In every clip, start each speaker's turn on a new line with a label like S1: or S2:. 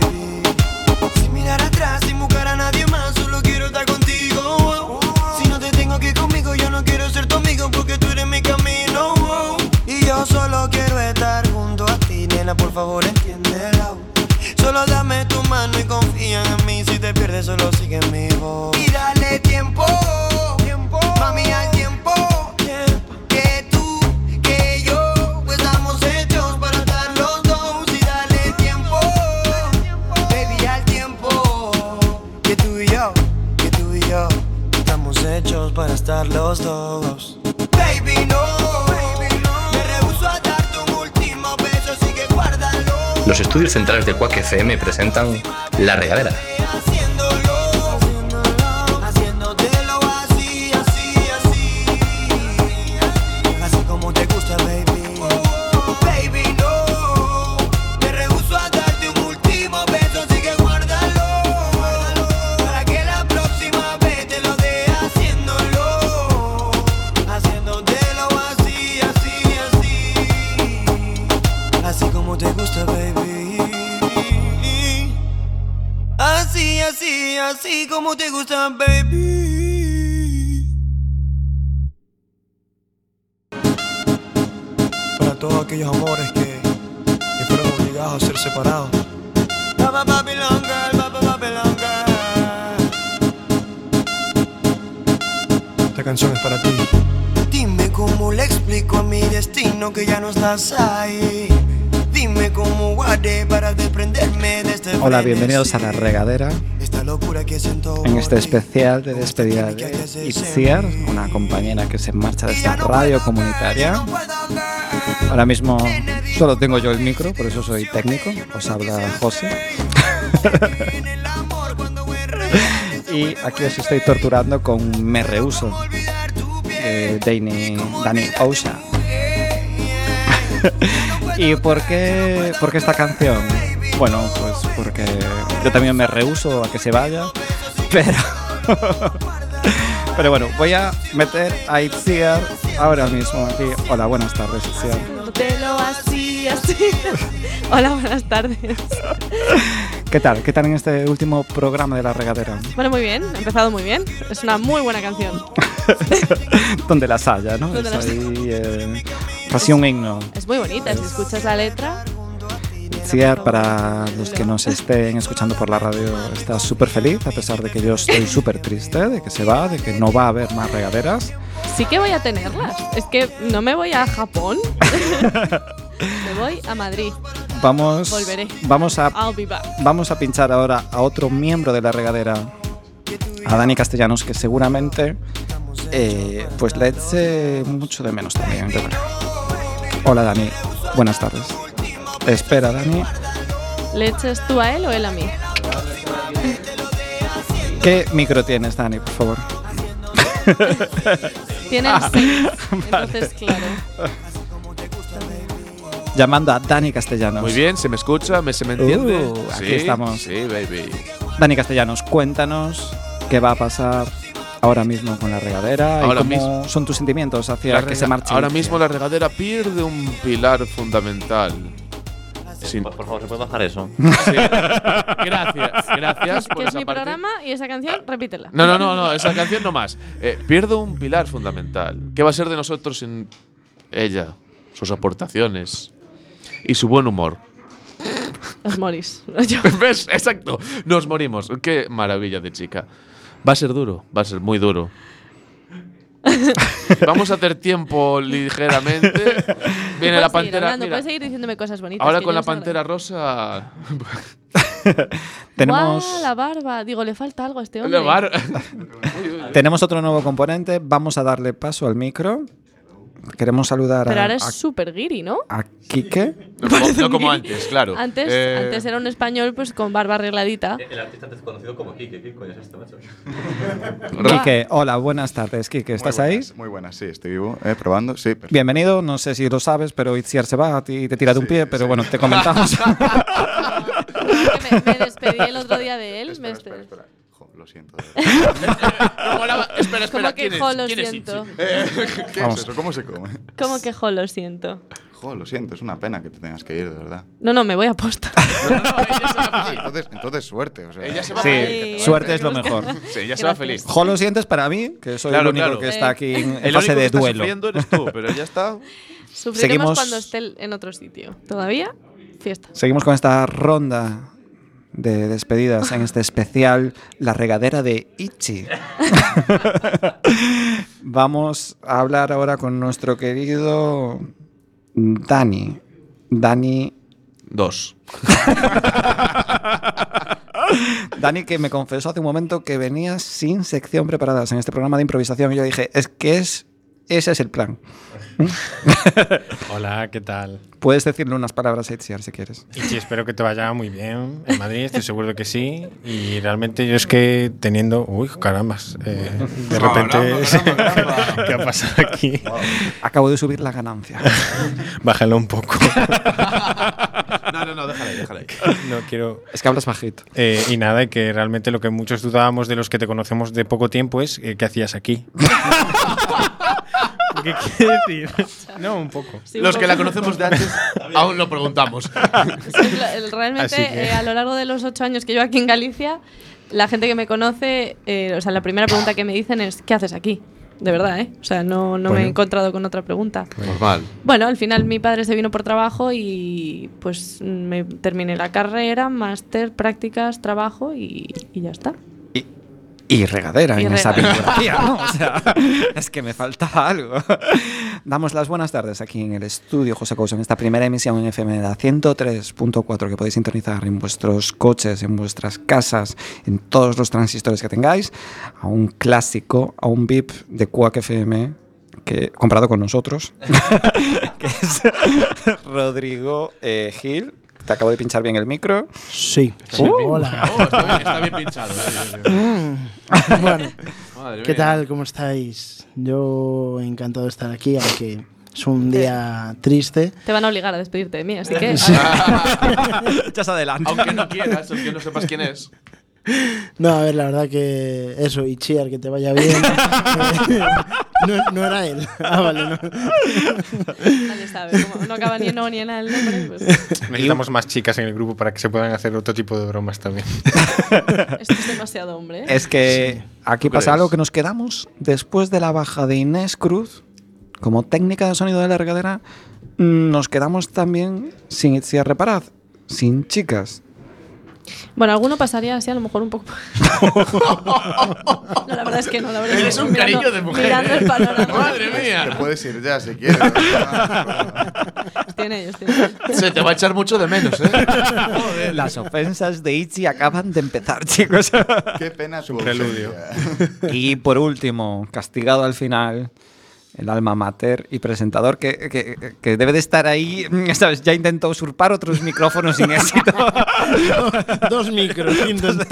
S1: oh. oh. oh.
S2: que solo sigue mi voz.
S1: Y dale tiempo, tiempo. mami al tiempo,
S2: Tiempo.
S1: que tú, que yo, pues estamos hechos para estar los dos. Y dale tiempo, baby al tiempo,
S2: Que tú y yo, que tú y yo, estamos hechos para estar los dos.
S1: baby no. Me rehuso a darte un último beso, así que guárdalo.
S3: Los estudios centrales de Quack FM presentan La Regadera,
S1: Haciéndolo, haciéndotelo así, así, así.
S2: Así como te gusta, baby.
S1: Oh, baby, no. Me rehuso a darte un último beso, así que guárdalo. Para que la próxima vez te lo dé haciéndolo. Haciéndotelo así, así, así.
S2: Así como te gusta, baby.
S1: Así, así, así como te gusta, baby.
S2: Para todos aquellos amores que, que fueron obligados a ser separados.
S1: Papa, papi, longa, papa, papi, longa.
S2: Esta canción es para ti.
S1: Dime cómo le explico a mi destino que ya no estás ahí. Dime cómo guardé para desprenderme de este
S4: Hola,
S1: frenesí.
S4: bienvenidos a La Regadera,
S1: Esta locura que siento
S4: en este
S1: por ti.
S4: especial de despedida de Itziar, una compañera que se marcha de esta radio comunitaria. Ahora mismo solo tengo yo el micro, por eso soy técnico, os habla José. Y aquí os estoy torturando con Me Rehuso, de Dani, Dani Ousa. ¿Y por qué, por qué esta canción? Bueno, pues porque yo también me rehuso a que se vaya, pero... Pero bueno, voy a meter a Itziar ahora mismo aquí. Hola, buenas tardes, Itziar.
S5: Haciéndotelo así, así. Hola, buenas tardes.
S4: ¿Qué tal? ¿Qué tal en este último programa de La Regadera?
S5: Bueno, muy bien, ha empezado muy bien. Es una muy buena canción.
S4: Donde las haya, ¿no?
S5: Donde
S4: Es
S5: las haya.
S4: ahí, eh, casi un himno.
S5: Es muy bonita, si escuchas la letra.
S4: Itziar, para los que nos estén escuchando por la radio, está súper feliz, a pesar de que yo estoy súper triste, de que se va, de que no va a haber más regaderas.
S5: Sí que voy a tenerlas. Es que no me voy a Japón. me voy a Madrid.
S4: Vamos,
S5: Volveré.
S4: vamos a
S5: I'll be back.
S4: Vamos a pinchar ahora a otro miembro de la regadera, a Dani Castellanos, que seguramente eh, pues le eche mucho de menos también, yo creo. Hola Dani, buenas tardes. Espera Dani,
S5: ¿Le echas tú a él o él a mí?
S4: ¿qué micro tienes Dani, por favor?
S5: Tiene el seis. Entonces, claro.
S4: Llamando a Dani Castellanos.
S6: Muy bien, se me escucha, me, se me entiende.
S4: Uh, aquí estamos.
S6: Sí, baby.
S4: Dani Castellanos, cuéntanos qué va a pasar ahora mismo con la regadera y
S6: Ahora
S4: cómo
S6: mismo.
S4: son tus sentimientos hacia
S6: La
S4: que
S6: rega-
S4: se marche.
S6: Ahora mismo la regadera pierde un pilar fundamental. Sin-
S7: Por favor, ¿se puede bajar eso?
S6: sí. Gracias, gracias por
S5: Que es
S6: esa
S5: mi
S6: parte.
S5: programa y esa canción, repítela.
S6: No, no, no, no, esa canción no más. Eh, pierdo un pilar fundamental. ¿Qué va a ser de nosotros sin ella? Sus aportaciones y su buen humor.
S5: Os morís.
S6: ¿Ves? Exacto. Nos morimos. Qué maravilla de chica. Va a ser duro, va a ser muy duro. Vamos a hacer tiempo ligeramente. Viene
S5: Puedes
S6: la
S5: seguir
S6: pantera.
S5: hablando,
S6: mira,
S5: puedes seguir diciéndome cosas bonitas.
S6: ahora
S5: que
S6: con
S5: yo
S6: la
S5: os agradezco.
S6: pantera rosa.
S4: tenemos
S5: Guau, la barba. Digo, le falta algo a este hombre.
S6: la bar-
S4: Tenemos otro nuevo componente, vamos a darle paso al micro. Queremos saludar
S5: Pero
S4: a,
S5: ahora es súper guiri, ¿no?
S4: a- a Quique.
S6: no, como- no como antes, claro.
S5: Antes,
S6: Eh,
S5: antes era un español pues con barba arregladita.
S7: El artista antes conocido como Kike. ¿Qué coño es esto, macho?
S4: Quique, hola, buenas tardes, Quique, ¿estás
S8: Muy
S4: ahí?
S8: buenas, Muy buenas, sí, estoy vivo, eh, probando, sí. perfecto.
S4: Bienvenido, no sé si lo sabes, pero Itziar se va a ti te tira de un
S8: Sí,
S4: pie, pero
S8: sí.
S4: bueno, te comentamos.
S5: Que me, me despedí el otro día de él.
S8: Espera,
S5: me
S8: espera,
S5: despe-
S8: espera. Jo, lo siento. de verdad.
S6: no molaba- Espera, espera.
S5: Como
S6: ¿quién
S5: que
S6: es?
S5: jo, lo
S6: ¿Quién es Eh.
S5: siento.
S6: Itzi?
S8: ¿Qué
S4: Vamos.
S8: es eso? ¿Cómo se come?
S5: Como que jo, lo siento.
S8: Jo, lo siento, es una pena que te tengas que ir, de verdad.
S5: No, no, me voy a posta.
S6: No, no, ella se va feliz.
S8: Entonces, entonces suerte, o sea.
S6: Ella se va
S4: Sí,
S6: feliz.
S4: suerte es lo mejor.
S6: Sí, ella se va
S5: Gracias.
S6: feliz.
S4: Jo, lo sientes para mí, que soy
S6: Claro,
S4: el único
S6: claro.
S4: que está aquí en, en
S6: El
S4: fase
S6: único que
S4: de
S6: está
S4: duelo.
S6: sufriendo eres tú, pero ya está.
S5: Sufriremos
S4: Seguimos-
S5: cuando esté en otro sitio. Todavía, fiesta.
S4: Seguimos con esta ronda de despedidas en este especial, la regadera de Ichi. Vamos a hablar ahora con nuestro querido Dani. Dani
S6: Dos.
S4: Dani, que me confesó hace un momento que venía sin sección preparadas en este programa de improvisación. Y yo dije, es que es, ese es el plan.
S9: Hola, ¿qué tal?
S4: Puedes decirle unas palabras a Itziar si quieres.
S9: Ichi, espero que te vaya muy bien en Madrid, estoy seguro que sí. Y realmente yo es que teniendo. Uy, carambas. eh, de repente.
S8: Caramba, caramba, caramba.
S9: ¿Qué ha pasado aquí?
S4: Acabo de subir la ganancia.
S9: Bájalo un poco.
S6: No, no, no, déjala ahí, déjala ahí.
S9: No quiero.
S4: Es que hablas bajito.
S9: Eh, y nada, que realmente lo que muchos dudábamos de los que te conocemos de poco tiempo es eh, qué hacías aquí. ¿Qué quiere decir? No, un poco.
S5: Sí,
S6: Los
S5: un
S6: que la
S5: poco.
S6: conocemos de antes aún lo preguntamos.
S5: Sí, la- el- Realmente,
S9: Así que-
S5: eh, a lo largo de los ocho años que yo aquí en Galicia, la gente que me conoce, eh, o sea, la primera pregunta que me dicen es, ¿qué haces aquí? De verdad, ¿eh? O sea, no, no me he
S9: Bueno.
S5: encontrado con otra pregunta.
S6: Normal.
S5: Bueno, al final mi padre se vino por trabajo y pues me terminé la carrera, máster, prácticas, trabajo y, y ya está.
S4: Y regadera
S5: Y
S4: en esa
S5: regadera.
S4: bibliografía, ¿no? O sea, es que me falta algo. Damos las buenas tardes aquí en el estudio José Couso, en esta primera emisión en FM de la 103.4 que podéis sintonizar en vuestros coches, en vuestras casas, en todos los transistores que tengáis, a un clásico, a un VIP de Quack FM, que, comparado con nosotros, que es Rodrigo eh, Gil. Te acabo de pinchar bien el micro.
S10: Sí. Uh, Hola. Mm.
S6: Oh, está, bien, está bien pinchado.
S10: Bueno,
S6: Madre
S10: ¿qué
S6: mía.
S10: tal? ¿Cómo estáis? Yo encantado de estar aquí, aunque es un día triste.
S5: Te van a obligar a despedirte de mí, así que...
S4: Ya se adelante.
S6: Aunque no quieras, aunque no sepas quién es.
S10: No, a ver, la verdad que eso, y cheer, que te vaya bien. no, no era él. Ah, vale, no.
S5: Nadie sabe, como no acaba ni en O ni en A el nombre, pues
S9: Necesitamos más chicas en el grupo para que se puedan hacer otro tipo de bromas también.
S5: pues, esto es demasiado hombre. ¿eh?
S4: Es que aquí
S6: ¿Tú
S4: pasa
S6: crees?
S4: algo que nos quedamos después de la baja de Inés Cruz, como técnica de sonido de la regadera, mm, nos quedamos también sin Itziar Reparad, sin chicas.
S5: Bueno, alguno pasaría así a lo mejor un poco. no, la verdad es que no, la verdad es que
S6: Eres un
S5: mirando-
S6: cariño de mujer.
S5: Mirando
S6: ¿eh?
S5: el panorama.
S6: Madre
S8: Te
S6: mía.
S8: puedes ir ya si quieres.
S5: Tiene ellos, tiene ellos.
S6: Se te va a echar mucho de menos, ¿eh?
S4: Las ofensas de Itzi acaban de empezar, chicos.
S8: Qué pena tu
S9: preludio.
S8: ausencia.
S4: y por último, castigado al final, el alma mater y presentador que, que- que debe de estar ahí, mm, ¿sabes? Ya intentó usurpar otros micrófonos sin éxito.
S10: Dos micros, intento.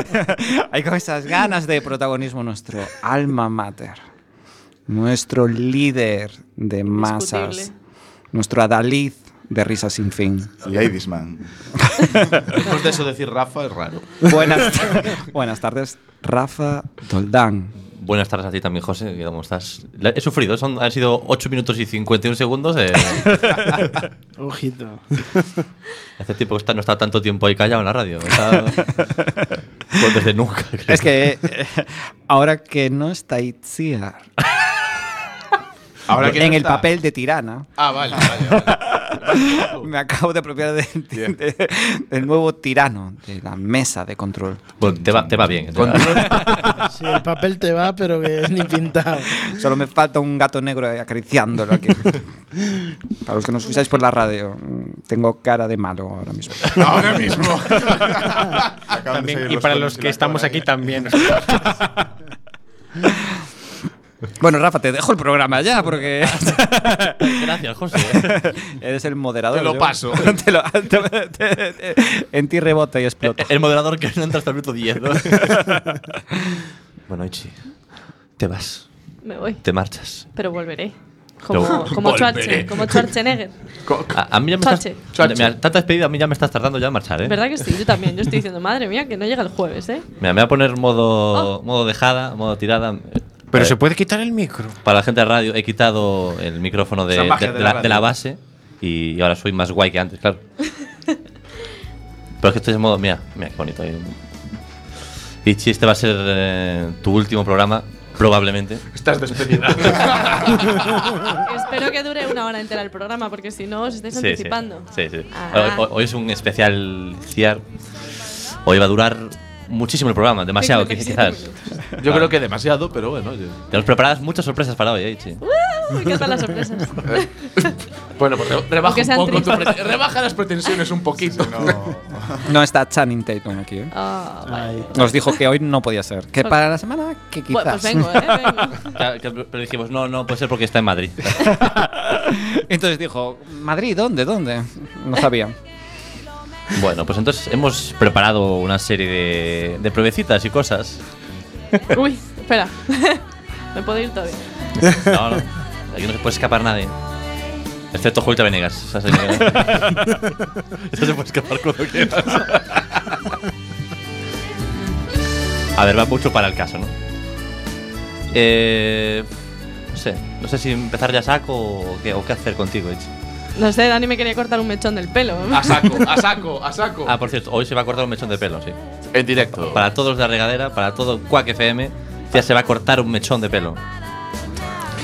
S4: Hay con esas ganas de protagonismo nuestro alma mater, nuestro líder de masas,
S5: Indiscutible.
S4: nuestro adalid de risas sin fin.
S8: Ladies man.
S6: Después de eso decir Rafa es raro.
S4: Buenas, buenas tardes, Rafa Doldán.
S7: Buenas tardes a ti también, José. ¿qué ¿Cómo estás? La- He sufrido, son, han sido 8 minutos y 51 segundos. eh,
S10: Ojito.
S7: hace tiempo que está- no está tanto tiempo ahí callado en la radio. Está, pues desde nunca. creo.
S4: Es que eh, ahora que no está Itziar
S6: Ahora que
S4: en
S6: no
S4: el
S6: está-
S4: papel de tirana,
S6: Ah, vale, vale, vale.
S4: me acabo de apropiar de- de- de- del nuevo tirano de la mesa de control.
S7: Bueno, te, va, te va Pues bien. te va-
S10: Sí, el papel te va, pero que ni pintado.
S4: Solo me falta un gato negro ahí acariciándolo aquí. Para los que nos escucháis por la radio, mm, tengo cara de malo ahora mismo.
S8: Ahora mismo.
S9: Ah,
S8: Acaban de
S9: También-
S8: salir
S9: y para
S8: colos
S9: los
S8: y
S9: que
S8: la
S9: estamos
S8: cola
S9: aquí
S8: ya.
S9: también.
S4: Bueno, Rafa, te dejo el programa ya porque
S7: Gracias, José.
S4: eres el moderador.
S6: Te lo
S4: yo-
S6: paso.
S4: Te lo- te- te- te- en ti rebota y explota.
S7: El moderador que no entra hasta el minuto 10. ¿no? bueno, Ichi, te vas,
S5: Me voy,
S7: te marchas.
S5: pero volveré. Como,
S7: Pero
S5: como, Schwarze-
S6: volveré.
S5: como Schwarzenegger.
S7: A, a mí ya me estás,
S5: Chache.
S6: Chache.
S7: Mira, tanta despedida, a mí ya me estás tardando ya en marchar, ¿eh?
S5: ¿Verdad que sí? Yo también. Yo estoy diciendo, madre mía, que Oh. no llega el jueves, ¿eh?
S7: Mira, me voy a poner modo, modo dejada, modo tirada.
S9: Pero
S7: Eh,
S9: se puede quitar el micro.
S7: Para la gente de radio he quitado el micrófono de,
S6: Esa magia
S7: de-
S6: de
S7: de
S6: la
S7: la, de la
S6: radio.
S7: base y, ahora soy más guay que antes, claro. Pero es que estoy en modo... Mira, mira, qué bonito. ahí. Ichi, este va a ser eh, tu último programa, probablemente.
S6: Estás despedida.
S5: Espero que dure una hora entera el programa, porque si no os estáis
S7: Sí, sí.
S5: anticipando.
S7: Sí, sí.
S5: Ah.
S7: Hoy, hoy es un especial CIAR. o iba a durar muchísimo el programa, demasiado
S6: creo que
S7: quizás.
S6: Yo creo que demasiado, pero bueno. oye.
S7: Tenemos preparadas muchas sorpresas para hoy, eh, Ichi.
S5: Me encantan las sorpresas.
S6: Bueno, pues re- Eh, rebaja
S5: Aunque
S6: un
S5: sean
S6: poco, tu
S5: tristes.
S6: pre- rebaja las pretensiones un poquito.
S4: No está Channing Tatum aquí. ¿eh?
S5: Ah, vale.
S4: Nos dijo que hoy no podía ser. Que
S5: Ok.
S4: para la semana, que
S5: Bueno,
S4: quizás.
S5: pues vengo, eh, vengo.
S7: Claro, que- Pero dijimos, no, no, puede ser porque está en Madrid.
S4: Entonces dijo, Madrid, ¿dónde? ¿Dónde? No sabía.
S7: Bueno, pues entonces hemos preparado una serie de, de pruebecitas y cosas.
S5: Uy, espera. Me puedo ir todavía.
S7: No, no, aquí no se puede escapar nadie. Excepto Julita Venegas. Esa sí que- Esa se puede escapar cuando quieras. A ver, va mucho para el caso, ¿no? Eh, no sé, no sé si empezar ya saco o qué, o qué hacer contigo, Ichi.
S5: No sé, Dani me quería cortar un mechón del pelo.
S6: A saco, a saco, a saco.
S7: Ah, por cierto, hoy se va a cortar un mechón de pelo, sí.
S6: En directo.
S7: Para todos de la regadera, para todo Quack FM, ya se va a cortar un mechón de pelo.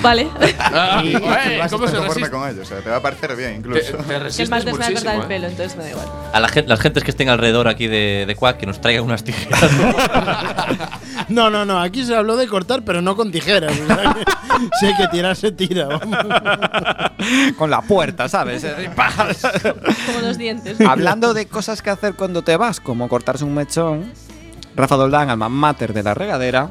S5: Vale.
S6: Ah,
S8: Y- y
S6: eh,
S8: vas a
S6: ¿Cómo
S8: estar
S6: se
S8: conforme
S6: resiste?
S8: con ello, o sea, te va a parecer bien
S6: Te,
S8: incluso.
S6: te
S5: El
S6: resistes
S5: martes me voy a cortar el
S6: muchísimo,
S5: pelo,
S6: eh.
S5: entonces me da igual.
S7: A la gente, las gentes que estén alrededor aquí de, de Quack, que nos traigan unas tijeras.
S10: No, no, no. Aquí se habló de cortar, pero no con tijeras. o sea que si hay que tirar, se tira. vamos.
S4: Con la puerta, ¿sabes?
S5: Como los dientes.
S4: Hablando de cosas que hacer cuando te vas, como cortarse un mechón, Rafa Doldán, alma mater de la regadera,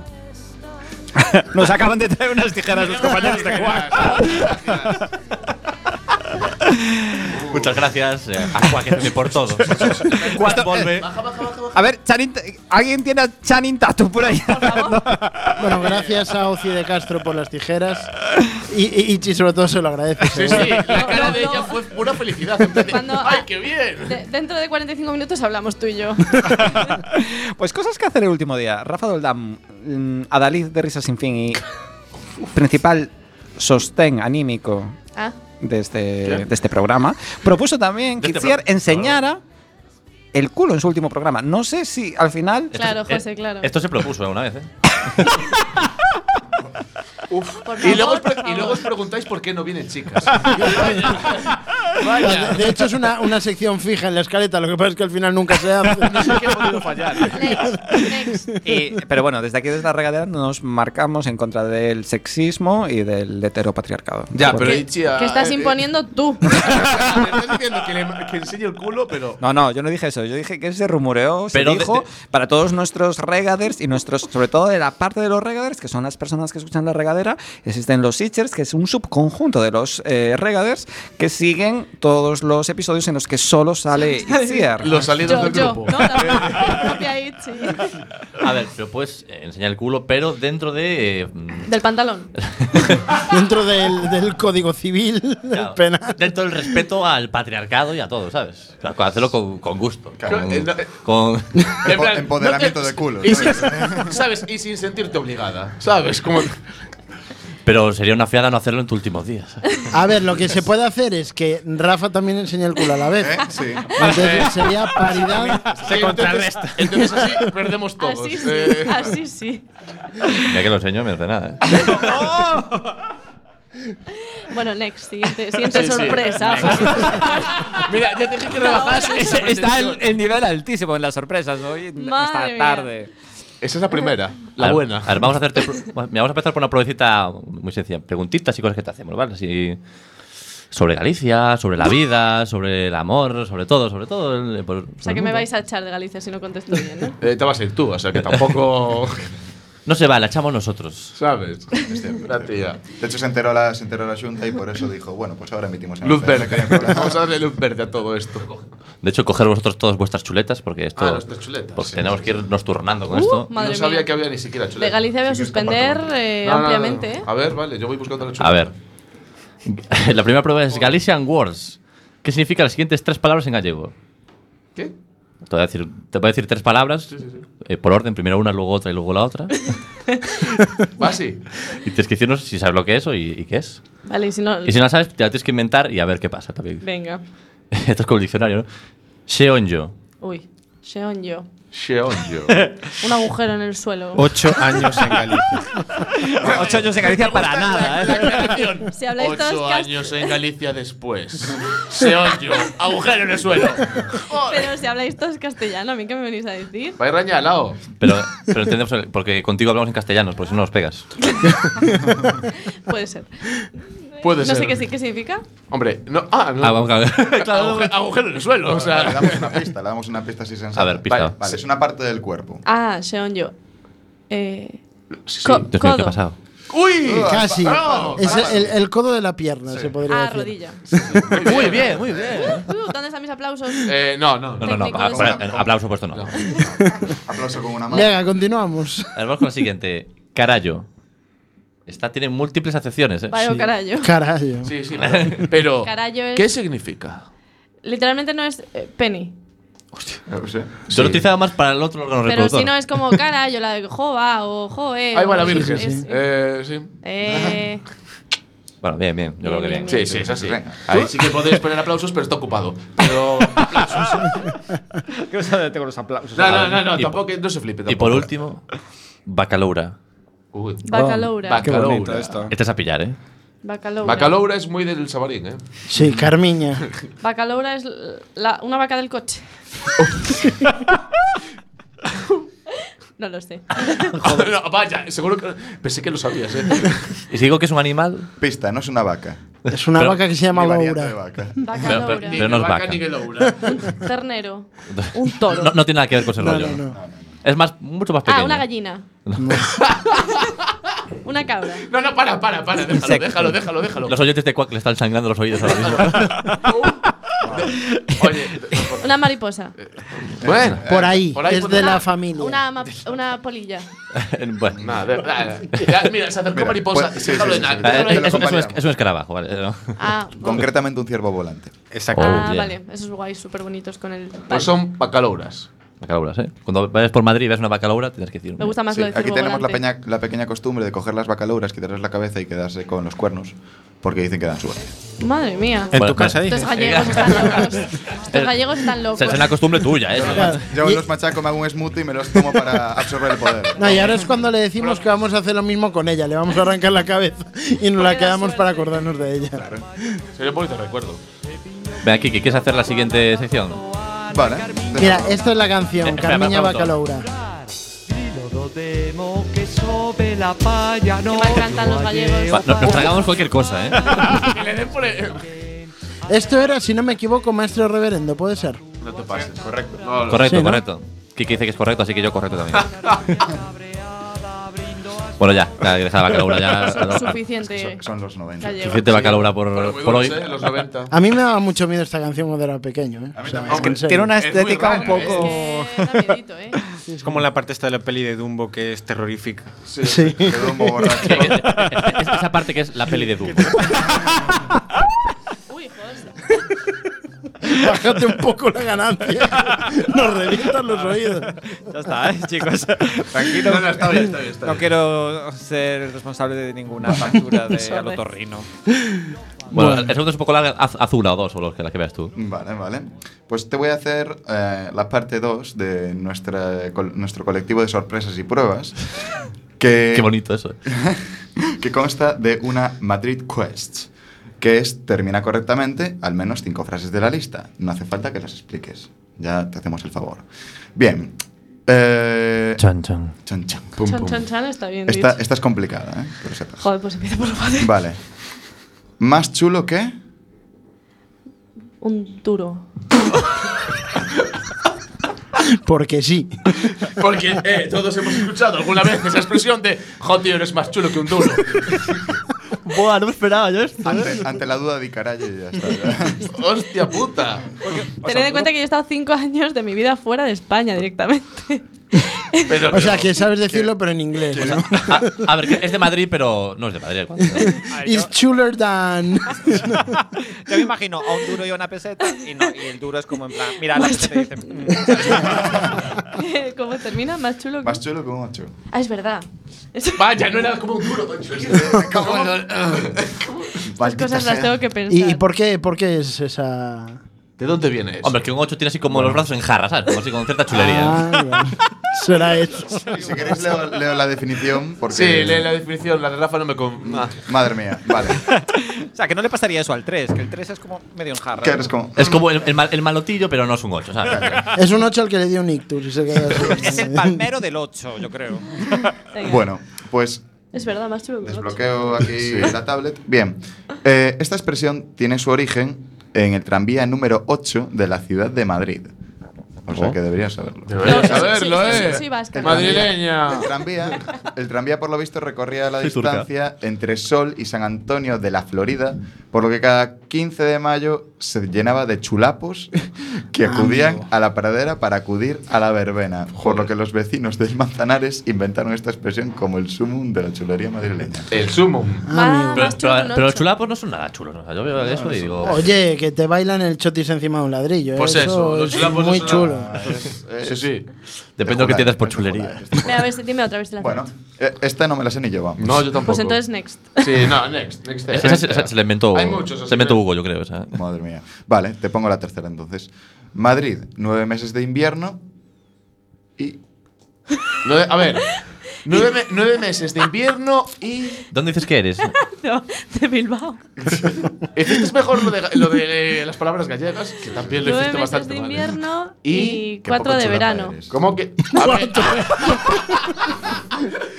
S4: nos acaban de traer unas tijeras los compañeros de Quack.
S7: Muchas gracias eh, a Quack FM por todo. Quack vuelve.
S4: A ver, Channing- ¿alguien tiene a Channing Tatum por ahí?
S10: Bueno, gracias a Oci de Castro por las tijeras. Y, y Ichi, sobre todo, se lo agradece.
S6: Sí,
S10: seguro.
S6: sí, la cara de
S5: No, no.
S6: ella fue pura felicidad. en plan de,
S5: Cuando-
S6: ¡Ay, qué bien!
S5: De- dentro de 45 minutos hablamos tú y yo.
S4: Pues cosas que hacer el último día. Rafa Doldán, mm, Adalid de Risa Sin Fin y principal sostén anímico
S5: Ah,
S4: de este, de este programa, propuso también que
S7: este
S4: Itziar
S7: programa.
S4: enseñara el culo en su último programa. No sé si al final...
S7: Esto
S5: Claro,
S7: se-
S5: José,
S7: eh,
S5: claro.
S7: Esto se propuso una vez, ¿eh?
S5: por favor,
S6: Y luego, os pre-
S5: por favor.
S6: y luego os preguntáis por qué no vienen chicas.
S10: De- De hecho, es una, una sección fija en la escaleta. Lo que pasa es que al final nunca se hace.
S6: ¿Qué he podido fallar?
S5: Next, next.
S4: Y- pero bueno, desde aquí, desde la regadera, nos marcamos en contra del sexismo y del heteropatriarcado.
S6: Ya,
S4: Bueno,
S6: pero
S5: ¿Qué,
S6: Ichi, ah,
S5: qué estás
S6: eh, eh,
S5: imponiendo tú?
S6: Me estás diciendo que, le, que enseñe el culo, pero.
S4: No, no, yo no dije eso. Yo dije que se rumoreó, se
S7: Pero de-
S4: dijo,
S7: de-
S4: para todos nuestros regaders y nuestros, sobre todo de la parte de los regaders, que son las personas que escuchan la regadera, existen los itchers, que es un subconjunto de los eh, regaders que siguen todos los episodios en los que solo sale Itziar.
S6: Los salidos
S5: Yo,
S6: del
S5: yo.
S6: grupo. Eh.
S5: No, la propia Itchy.
S7: A ver, pero puedes eh, enseñar el culo, pero dentro de. eh, mm,
S5: Del pantalón.
S10: Dentro del, del código civil, del
S7: claro,
S10: penal.
S7: Dentro del respeto al patriarcado y a todo, ¿sabes? Claro, con- hacerlo con, con gusto.
S6: Claro,
S7: con-
S6: eh, no, eh.
S7: con-
S6: En plan,
S8: Empoderamiento
S6: no te-
S8: de culo,
S6: Y
S8: ¿sabes?
S6: sin- ¿Sabes? Y sin sentirte obligada. ¿Sabes? Como.
S7: pero sería una fiada no hacerlo en tu último día. ¿sabes?
S10: A ver, lo que se puede hacer es que Rafa también enseñe el culo a la vez.
S8: ¿Eh? Sí.
S10: Entonces sería paridad.
S6: Se contrarresta. Entonces, así perdemos todos.
S5: Así sí,
S6: Eh,
S5: así sí.
S7: Ya que lo enseño, me hace nada. ¿eh?
S5: Bueno, next, siguiente, siguiente
S6: Sí, sí.
S5: sorpresa.
S6: Mira, ya te dije que rebajas. Esa,
S4: Está el,
S6: pretensión.
S4: el nivel altísimo en las sorpresas hoy, en-
S5: Madre
S4: esta
S5: mía.
S4: tarde.
S6: Esa es la primera. La
S7: A ver,
S6: buena.
S7: A ver, vamos a hacerte. pro- Mira, vamos a empezar por una pruebecita muy sencilla. Preguntitas y cosas que te hacemos, ¿vale? Así, sobre Galicia, sobre la vida, sobre el amor, sobre todo, sobre todo. el- por-
S5: O
S7: sobre
S5: sea
S7: el
S5: que me
S7: mundo.
S5: vais a echar de Galicia si no contesto bien, ¿no?
S6: Eh, te vas a ir tú, o sea que tampoco.
S7: No se va, la echamos nosotros.
S6: ¿Sabes? La tía.
S8: De hecho, se enteró, la, se enteró la Junta y por eso dijo, bueno, pues ahora emitimos en
S6: Luz
S8: la tele,
S6: verde.
S8: que hay problema.
S6: Vamos a darle luz verde a todo esto.
S7: De hecho, coger vosotros todas vuestras chuletas, porque esto.
S6: Ah, nuestras chuletas.
S7: Porque
S6: Sí,
S7: tenemos
S6: sí, Uh.
S7: que irnos turnando con esto.
S5: Madre
S6: no sabía
S5: mía.
S6: que había ni siquiera chuletas.
S5: De Galicia voy a
S8: Si quieres,
S5: suspender
S8: compártelo.
S5: eh,
S6: No, no, no, no.
S5: ampliamente. ¿eh?
S6: A ver, vale, yo voy buscando la chuleta.
S7: A ver. la primera prueba es Galician Words. ¿Qué significa las siguientes tres palabras en gallego?
S6: ¿Qué?
S7: Te voy a decir, te voy a decir tres palabras eh, por orden, primero una, luego otra y luego la otra.
S6: Va así.
S7: y tienes que decirnos si sabes lo que es o y, y qué es.
S5: Vale, y si no.
S7: Y si no la sabes, te la tienes que inventar y a ver qué pasa también.
S5: Venga.
S7: Esto es como el diccionario, ¿no? Seonjo.
S5: Uy. Seonjo.
S6: Sheonjo.
S5: Un agujero en el suelo.
S9: Ocho años en Galicia.
S4: Ah, Ocho años en Galicia para nada, ¿eh?
S5: Si habláis
S6: Ocho
S5: todos cas-
S6: años en Galicia después. Sheonjo. Agujero en el suelo.
S5: Pero si habláis todos castellano, ¿a mí qué me venís a decir?
S6: Vais rañalao.
S7: Pero, pero entendemos, el- porque contigo hablamos en castellano, por si no nos pegas.
S5: Puede ser.
S6: Puede
S5: no
S6: ser.
S5: sé qué, sí- qué significa.
S6: Hombre, no. Ah, no.
S7: Ah, vamos a ver.
S6: Aguje- agujero en el suelo. O
S8: Le
S6: sea,
S8: damos una pista, le damos una pista así sensata.
S7: A ver, pista.
S8: Vale, vale, es una parte del cuerpo.
S5: Ah, Seonjo. Eh,
S6: sí.
S5: co-
S7: Dios mío, ¿qué ha
S5: codo.
S7: pasado?
S6: ¡Uy!
S10: Casi.
S6: ¡Bravo!
S10: Es el, el codo de la pierna, se podría
S5: ah,
S10: decir.
S5: rodilla.
S7: Muy bien, muy bien.
S5: Uh, ¿Dónde están mis aplausos?
S6: Eh, no, no.
S7: No, no, no.
S5: Técnico
S7: a-
S8: de-
S7: Aplauso puesto no.
S8: Aplauso con una mano.
S10: Venga, continuamos.
S7: Vamos con la siguiente. Carayo. Esta tiene múltiples acepciones, ¿eh?
S5: Vaya carayo.
S10: Carayo.
S6: Sí, sí. Pero, pero,
S5: Carayo es-
S6: ¿qué significa?
S5: Literalmente no es eh, penny.
S8: No sé.
S7: Yo lo utilizaba más para el otro órgano
S5: Pero
S7: reproductor.
S5: si no es como carayo, la de jova o joe.
S6: Ahí
S5: o
S6: va la
S5: es-
S6: Virgen.
S5: es-
S6: Eh, sí.
S5: eh,
S7: Bueno, bien, bien. Yo creo que bien.
S6: Sí, sí, es así.
S8: Venga.
S6: Ahí sí que podéis poner aplausos, pero está ocupado. Pero.
S4: ¿Qué os hace con los aplausos?
S6: No, no, no, no,
S7: Y-
S6: tampoco, no se flipe.
S7: Y
S6: Tampoco.
S7: por último, Bacaloura.
S6: Uy.
S5: bacaloura.
S4: Qué
S6: Bacaloura.
S4: bonito esto.
S7: Este es a pillar, ¿eh?
S5: bacaloura.
S6: Bacaloura es muy del sabarín, ¿eh?
S10: Sí, Carmiña.
S5: Bacaloura es la- una vaca del coche. no lo sé.
S6: No, vaya, seguro que. Pensé que lo sabías, ¿eh?
S7: Y si digo que es un animal,
S8: Pista, no es una vaca.
S10: Es una
S7: Pero-
S10: vaca que se llama
S8: Ni variante de
S10: Laura.
S8: vaca.
S5: Bacaloura.
S7: Pero-
S6: Ni
S7: pero- no es vaca.
S6: Ni que loura.
S5: Ternero. Un toro.
S7: no, no tiene nada que ver con ese
S10: No,
S7: rollo.
S10: no, no.
S7: Es más, mucho más pequeño.
S5: ah, una gallina. una cabra.
S6: No, no, para, para, para. Déjalo,
S7: Insecto.
S6: déjalo, déjalo, déjalo.
S7: Los oyentes de Quack le están sangrando los oídos ahora mismo.
S6: Oye,
S5: Una mariposa.
S6: bueno.
S10: Por ahí,
S6: Eh, Por ahí,
S10: es
S6: por
S10: de
S6: ahí.
S10: la familia.
S5: Una, ama- una polilla.
S7: bueno.
S6: Nada, de- nada. Ya, mira, se acercó
S8: Mira,
S6: mariposa.
S8: pues- sí,
S6: déjalo
S8: sí,
S6: en
S8: sí,
S6: alto,
S8: sí.
S7: Eh,
S6: déjalo
S7: es, es
S6: en
S7: un- es un,
S8: acompañamos.
S7: es un escarabajo, vale. ¿no?
S5: Ah,
S8: Concretamente un ciervo volante.
S9: Exacto.
S5: ah,
S7: Oh, yeah.
S5: vale. Esos guays súper bonitos con el.
S6: alto. Pues son bacalouras.
S7: Bacalouras, ¿eh? Cuando vayas por Madrid y ves una bacalaura, tienes que decir.
S5: Me gusta más
S8: Sí,
S5: lo de
S8: aquí
S5: ciervo
S8: tenemos la,
S5: volante.
S8: peña- la pequeña costumbre de coger las bacalouras, quitarles la cabeza y quedarse con los cuernos, porque dicen que dan suerte.
S5: Madre mía.
S9: En
S7: Bueno,
S9: tu casa
S5: Estos
S9: dices.
S5: gallegos están locos.
S7: Eh,
S5: Estos gallegos están locos.
S7: Es una costumbre tuya, ¿eh?
S8: Yo
S10: Y-
S8: los machaco, me hago un smoothie y me los tomo para absorber el poder.
S10: No, y ahora es cuando le decimos que vamos a hacer lo mismo con ella. Le vamos a arrancar la cabeza y nos la
S5: da
S10: quedamos
S5: suerte.
S10: para acordarnos de ella.
S6: Sería un poquito recuerdo.
S7: Venga, Kiki, ¿quieres hacer la siguiente sección?
S8: Vale.
S10: Mira, esta es la canción,
S7: Eh, espera,
S10: Carmiña
S7: espera, espera,
S10: Bacalaura.
S5: Que mal cantan los gallegos.
S7: Va, no- nos tragamos cualquier cosa, ¿eh?
S6: que le den por el-
S10: Esto era, si no me equivoco, Maestro Reverendo, ¿puede ser?
S6: No te pases, correcto. No, no.
S7: Correcto,
S10: Sí, ¿no?
S7: correcto. Kiki dice que es correcto, así que yo correcto también. bueno, ya, ya deja la bacalaura ya. ¿no?
S5: Suficiente.
S8: Son, son los 90.
S5: Gallego.
S7: Suficiente bacalaura por,
S6: Pero muy
S7: por hoy.
S6: duros, ¿eh? Los 90.
S10: A mí me daba mucho miedo esta canción cuando era pequeño. ¿eh? O sea,
S8: también. Es que
S10: en serio.
S4: Tiene una
S6: Es muy
S4: estética
S6: rara,
S4: un
S6: ¿eh?
S4: poco.
S5: Eh, da miedito, ¿eh?
S9: Es como la parte esta de la peli de Dumbo que es terrorífica.
S10: Sí.
S8: Quedó un borracho.
S7: Es- esa parte que es la peli de Dumbo.
S5: Uy, joder.
S10: Bájate un poco la ganancia. Nos revientan los oídos.
S4: Ah, Ya está, ¿eh, chicos.
S8: Tranquilo.
S6: No, no, está bien, está bien. Está
S4: No
S6: bien.
S4: quiero ser responsable de ninguna factura de alotorrino.
S7: Bueno, el segundo es un poco larga, haz, haz una o dos, o los que, las que veas tú.
S8: Vale, vale. Pues te voy a hacer eh, la parte 2 de nuestra, col- nuestro colectivo de sorpresas y pruebas. Que,
S7: Qué bonito eso.
S8: que consta de una Madrid Quest, que es termina correctamente al menos cinco frases de la lista. No hace falta que las expliques. Ya te hacemos el favor. Bien. Eh,
S7: Chan, chan.
S8: chan, chan, pum,
S5: Chan,
S8: pum.
S5: chan, chan, está bien
S8: Esta,
S5: dicho.
S8: esta es complicada, ¿eh? Que lo sepas.
S5: Joder, pues empieza por lo fácil.
S8: Vale. Más chulo que...
S5: Un duro.
S10: Porque sí.
S6: Porque eh, todos hemos escuchado alguna vez esa expresión de Joder, eres más chulo que un duro.
S7: Buah, no me esperaba yo esto. ¿eh?
S8: Ante, ante la duda de carajo y ya está.
S6: Hostia puta.
S5: Tened en cuenta que yo he estado cinco años de mi vida fuera de España directamente.
S6: Pero,
S10: O sea, que sabes decirlo, pero en inglés. ¿no?
S7: A, a ver, que es de Madrid, pero no es de Madrid.
S10: It's chuler than.
S4: Yo me imagino a un duro y a una peseta y, no, y el duro es como en plan, mira la peseta y dice, "Mm".
S5: ¿Cómo termina? Más chulo que.
S8: Más chulo que un ocho.
S5: Ah, es verdad. Es-
S6: Vaya, no era como un duro, macho. Como-
S5: Cosas las tengo que pensar.
S10: ¿Y, y por, qué, por qué es esa.?
S6: ¿De dónde viene
S8: eh.
S6: eso?
S7: Hombre, que un 8 tiene así como los brazos en jarra, ¿sabes? Como así con cierta chulería.
S10: Ah, vale. Será eso.
S8: Si queréis leo, leo la definición porque... Ah.
S6: Sí, lee la definición, la de Rafa no me con...
S8: Madre mía, vale.
S4: O sea, que no le pasaría eso al 3, que el 3 es como medio en jarra.
S8: Que eres como...
S7: Es como el, el mal- el malotillo, pero no es un 8,
S5: Ah,
S7: ¿sabes?
S10: Es un 8 al que le dio un ictus. y se quedó así.
S4: Es el palmero del 8, yo creo.
S5: Venga.
S8: Bueno, pues
S5: Es verdad, más chulo que un ocho.
S8: Desbloqueo aquí la tablet. Bien. Eh, esta expresión tiene su origen en el tranvía número 8 de la ciudad de Madrid. O sea
S7: Oh.
S8: que deberías saberlo.
S6: Deberías
S5: No, sí,
S6: saberlo,
S5: sí, sí,
S6: ¿eh?
S5: sí, sí, vasca.
S6: Madrileña.
S8: El tranvía, el tranvía, por lo visto, recorría la
S7: Soy turca.
S8: distancia entre Sol y San Antonio de la Florida, por lo que cada 15 de mayo se llenaba de chulapos que
S6: Ah,
S8: acudían a la pradera para acudir a la verbena, por lo que los vecinos del Manzanares inventaron esta expresión como el sumum de la chulería madrileña.
S6: El sumo.
S5: Ah,
S7: Pero,
S5: más chulo que
S7: pero,
S5: un
S7: pero los
S5: ocho.
S7: chulapos no son nada chulos. ¿no? Yo veo eso y digo.
S10: Oye, que te bailan el chotis encima de un ladrillo.
S6: Pues eso, los
S10: es
S6: chulapos no
S10: muy
S6: son
S10: chulo.
S6: nada. Sí,
S8: Es-
S6: sí.
S7: Depende de lo que
S8: Chocolate,
S7: entiendas por
S8: chocolate.
S7: chulería.
S5: Venga, a ver, dime otra vez la
S8: Bueno,
S5: hacemos.
S8: eh, esta no me la sé ni yo, vamos.
S6: No, yo tampoco.
S5: Pues entonces, next.
S6: Sí, no, next. next
S7: Esa, esa- esa se la inventó,
S6: Hay muchos, así
S7: se inventó
S6: que-
S7: Hugo, yo creo. o sea.
S8: Madre mía. Vale, te pongo la tercera entonces. Madrid, nueve meses de invierno y
S6: Nueve- a ver. Nueve, me- nueve meses de invierno y.
S7: ¿Dónde dices que eres?
S5: No, de Bilbao.
S6: Hiciste mejor lo de, lo de eh, las palabras gallegas, que también lo
S5: Nueve
S6: hiciste
S5: meses
S6: bastante
S5: de
S6: mal. ¿eh?
S5: invierno
S6: Y
S5: y,
S8: qué
S5: cuatro
S8: poco
S5: de
S8: chulapa
S5: verano.
S8: eres.
S6: ¿Cómo que.?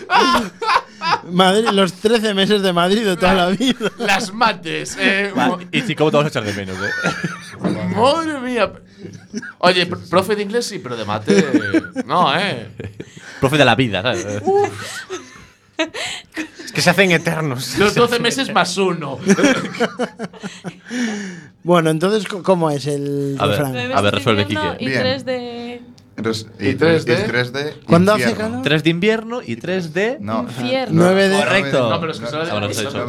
S6: A ver,
S10: Madrid, los 13 meses de Madrid de toda la vida.
S6: las mates. eh, mo-
S7: y si cómo te vas a echar de menos, eh?
S6: Madre mía. Oye, pr- profe de inglés sí, pero de mate. No, eh.
S7: Profe de la vida, ¿sabes?
S9: Es que se hacen eternos.
S6: Los 12 meses más uno.
S10: Bueno, entonces, co- ¿cómo es el
S7: A ver.
S10: refrán?
S5: Nueve
S7: A
S5: meses
S7: ver,
S5: de
S7: resuelve,
S5: invierno
S7: Quique.
S5: Y
S8: Bien.
S5: tres de
S8: res-
S6: Y 3D.
S8: y 3D,
S10: ¿Cuándo hace
S8: infierno.
S10: calor?
S7: Tres de invierno y tres de.
S8: No.
S5: infierno.
S10: Nueve de-
S7: Correcto.
S6: No, pero es que se lo
S7: Ahora lo has hecho.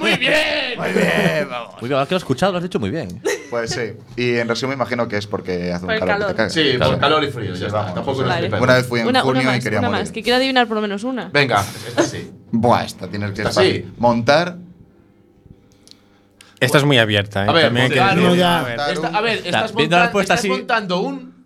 S6: Muy bien. Muy bien, vamos.
S7: Muy bien, ahora que lo he escuchado, lo has dicho muy bien.
S8: Pues sí. Y en resumen imagino que es porque hace
S5: Por
S8: un
S5: el
S8: calor, que
S5: calor.
S8: te cagas.
S6: Sí, por
S7: Claro.
S6: calor y frío, ya está.
S8: Vamos,
S6: Tampoco nos
S5: vale.
S6: flipemos.
S8: Una vez fui en
S5: una,
S8: junio
S5: una más,
S8: y quería
S5: una
S8: morir.
S5: más, que quiero adivinar por lo menos una.
S6: Venga, esta sí.
S8: Buah, esta tienes que
S6: Esta
S8: estar
S6: sí.
S8: Montar.
S9: Esta es muy abierta, ¿eh?
S6: A ver, Ah,
S9: También hay que
S6: montar
S9: decirlo.
S10: un- ya.
S9: A ver.
S8: montar
S6: Esta-
S8: un-
S6: a ver, estás,
S7: viendo la
S6: monta-
S7: respuesta
S6: estás
S7: así-
S6: montando un.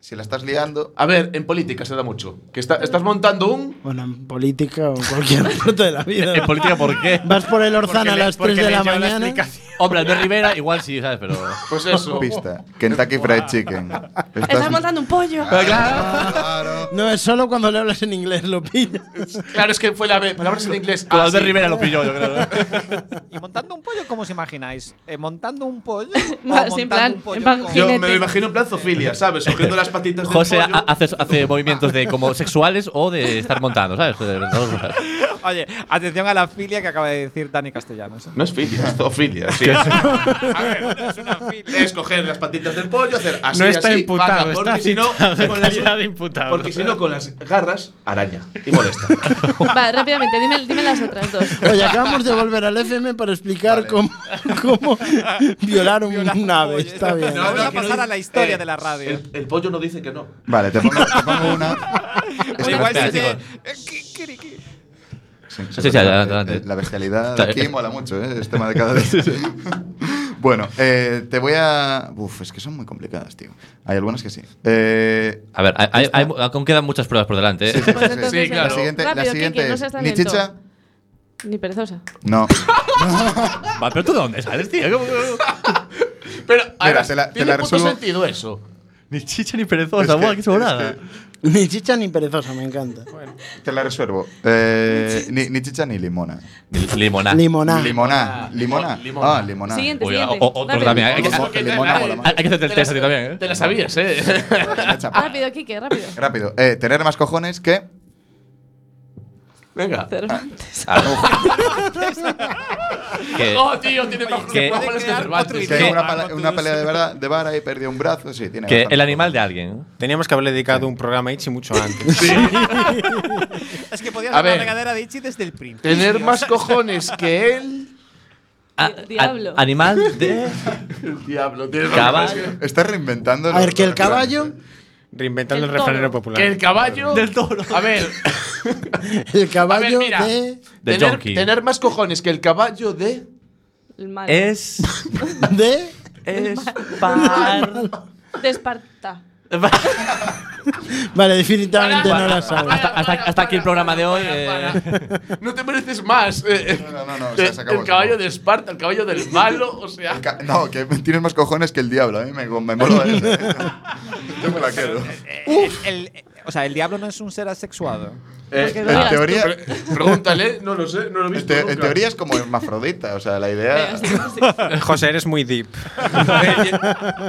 S8: Si la estás liando.
S6: A ver, en política se da mucho. Que está- estás montando un.
S10: Bueno, en política o en cualquier parte de la vida.
S7: ¿En política por qué?
S10: Vas por el
S9: Porque
S10: Orzán a
S9: le-
S10: las
S9: porque
S10: 3 de
S9: le
S10: la
S9: lleva
S10: mañana.
S9: explicación.
S7: Hombre, Albert Rivera, igual sí, ¿sabes? Pero.
S6: Pues eso.
S8: Pista. Kentucky Fried Chicken.
S5: Estás montando un
S6: Ah,
S5: pollo.
S8: Claro.
S10: No, es solo cuando le hablas en inglés lo pillas.
S6: Claro, es que fue la B. Palabras en inglés.
S7: Con
S6: Ah,
S7: Albert
S6: sí.
S7: Rivera lo pilló, yo creo.
S4: ¿Y montando un pollo cómo os imagináis? ¿Eh, ¿Montando un pollo? o
S5: Más, en
S4: montando
S5: plan-
S4: un pollo
S5: en plan
S4: con-
S6: Yo
S5: Jinete.
S6: me lo imagino en plan zoofilia, ¿sabes? Cogiendo las patitas del
S7: José
S6: pollo.
S7: ha- hace, hace movimientos de como sexuales o de estar montando, ¿sabes? Joder, no, no.
S4: Oye, atención a la filia que acaba de decir Dani Castellanos.
S6: No es filia, es zoofilia. Sí. a ver, es una filia. Es coger las patitas del pollo, hacer así.
S9: No está
S6: así,
S9: imputado,
S6: vaca,
S9: está
S6: porque si no, con las-
S9: calidad de imputado.
S6: Porque si no, con las garras, araña. Y molesta.
S5: Va, rápidamente, dime, dime las otras dos.
S10: Oye, acabamos de volver al FM para explicar cómo, cómo violar un ave. Está bien.
S4: No, Vamos a
S6: que
S4: pasar a la historia
S6: eh,
S4: de la radio.
S6: El, el pollo no dice que no.
S8: Vale, te pongo, te pongo una.
S4: Bueno,
S7: Espera,
S4: igual
S7: espera,
S4: se
S7: chicos.
S4: dice, eh, qui- qui- qui-
S8: Sí,
S7: Sí, sí, adelante, adelante.
S8: Eh, La bestialidad
S7: Claro,
S8: aquí
S7: es-
S8: mola mucho, ¿eh? Es tema de cada día. bueno, eh, te voy a. Uf, es que son muy complicadas, tío. Hay algunas que sí. Eh,
S7: A ver, hay- hay- hay- aún quedan muchas pruebas por delante. ¿eh?
S8: sí, sí, sí,
S5: Pues
S8: sí.
S5: entonces,
S6: claro.
S8: La siguiente,
S5: Rápido,
S8: la siguiente
S5: Kike, no
S8: es,
S5: seas tan
S8: ¿Ni
S5: lento.
S8: chicha?
S5: Ni perezosa.
S8: No.
S7: Va, pero tú de dónde sales, tío? ¿Cómo- cómo-
S6: Pero, además,
S8: te la- te
S6: tiene
S8: la
S6: puto
S8: resuelvo.
S6: sentido eso.
S7: Ni chicha ni
S8: Es
S7: perezosa,
S8: que-
S7: buah, qué sobrada.
S8: es
S10: Ni chicha ni perezosa, me encanta.
S8: Te la resuelvo. Eh, ni, ni chicha ni limona.
S7: Limonada.
S10: Limoná.
S8: Limoná.
S6: Limona.
S8: Limona.
S6: Limona.
S8: Ah, limoná.
S5: Siguiente,
S7: Oye,
S5: siguiente.
S7: o- otro
S5: rápido.
S7: también, hay que-
S8: Limo- Limona mola más.
S7: Hay que hacerte el test a ti también, ¿eh?
S6: Te la sabías, ¿eh?
S5: Rápido, Kike, rápido.
S8: Rápido. Eh, tener más cojones que.
S6: Venga.
S5: Cervantes.
S7: Ah. Que-
S6: Oh, tío, tiene más
S7: que-
S6: más bolas que Ah, Cervantes. ¿eh?
S8: Que
S7: ¿Qué?
S8: una, pala- una pelea de, verdad, de vara y perdió un brazo. Sí, tiene.
S7: Que
S8: bastante
S7: el animal de
S8: cojones.
S7: alguien.
S9: Teníamos que haberle dedicado un programa a Ichi mucho antes.
S4: Es que podías
S6: A
S4: hacer la
S6: ver.
S4: regadera de Ichi desde el principio.
S6: Tener más cojones que él.
S7: Ah,
S5: diablo.
S7: a- animal de
S6: El diablo. Tiene más
S7: Caballo.
S6: cojones que-
S8: Está reinventando.
S10: A ver, que el caballo,
S9: Reinventando el,
S5: El
S9: refranero
S5: toro.
S9: popular.
S6: Que el caballo. Del toro. A ver.
S10: el caballo
S6: mira.
S10: de,
S7: de
S6: tener,
S7: Jonky.
S6: tener más cojones que el caballo de.
S5: El mal.
S7: Es
S10: de
S7: Espar.
S5: De Esparta.
S10: Vale, definitivamente no la sabes.
S7: Hasta, hasta- hasta aquí el programa de hoy. eh.
S6: No te mereces más. eh,
S8: No, no, no, o sea, se acabó,
S6: el
S8: se acabó.
S6: caballo de Esparta, el caballo del malo, o sea.
S8: Ca- No, que tienes más cojones que el diablo. A mí me, me mola eso. Yo me la quedo.
S4: El- el- o sea, el diablo no es un ser asexuado.
S6: Eh,
S5: Porque lo
S8: En
S5: digas tú.
S8: teoría,
S6: pre- pregúntale, no lo sé, no lo he
S8: en,
S6: visto.
S8: te- en
S6: nunca.
S8: teoría es como hermafrodita. O sea, la idea.
S4: José, eres muy deep.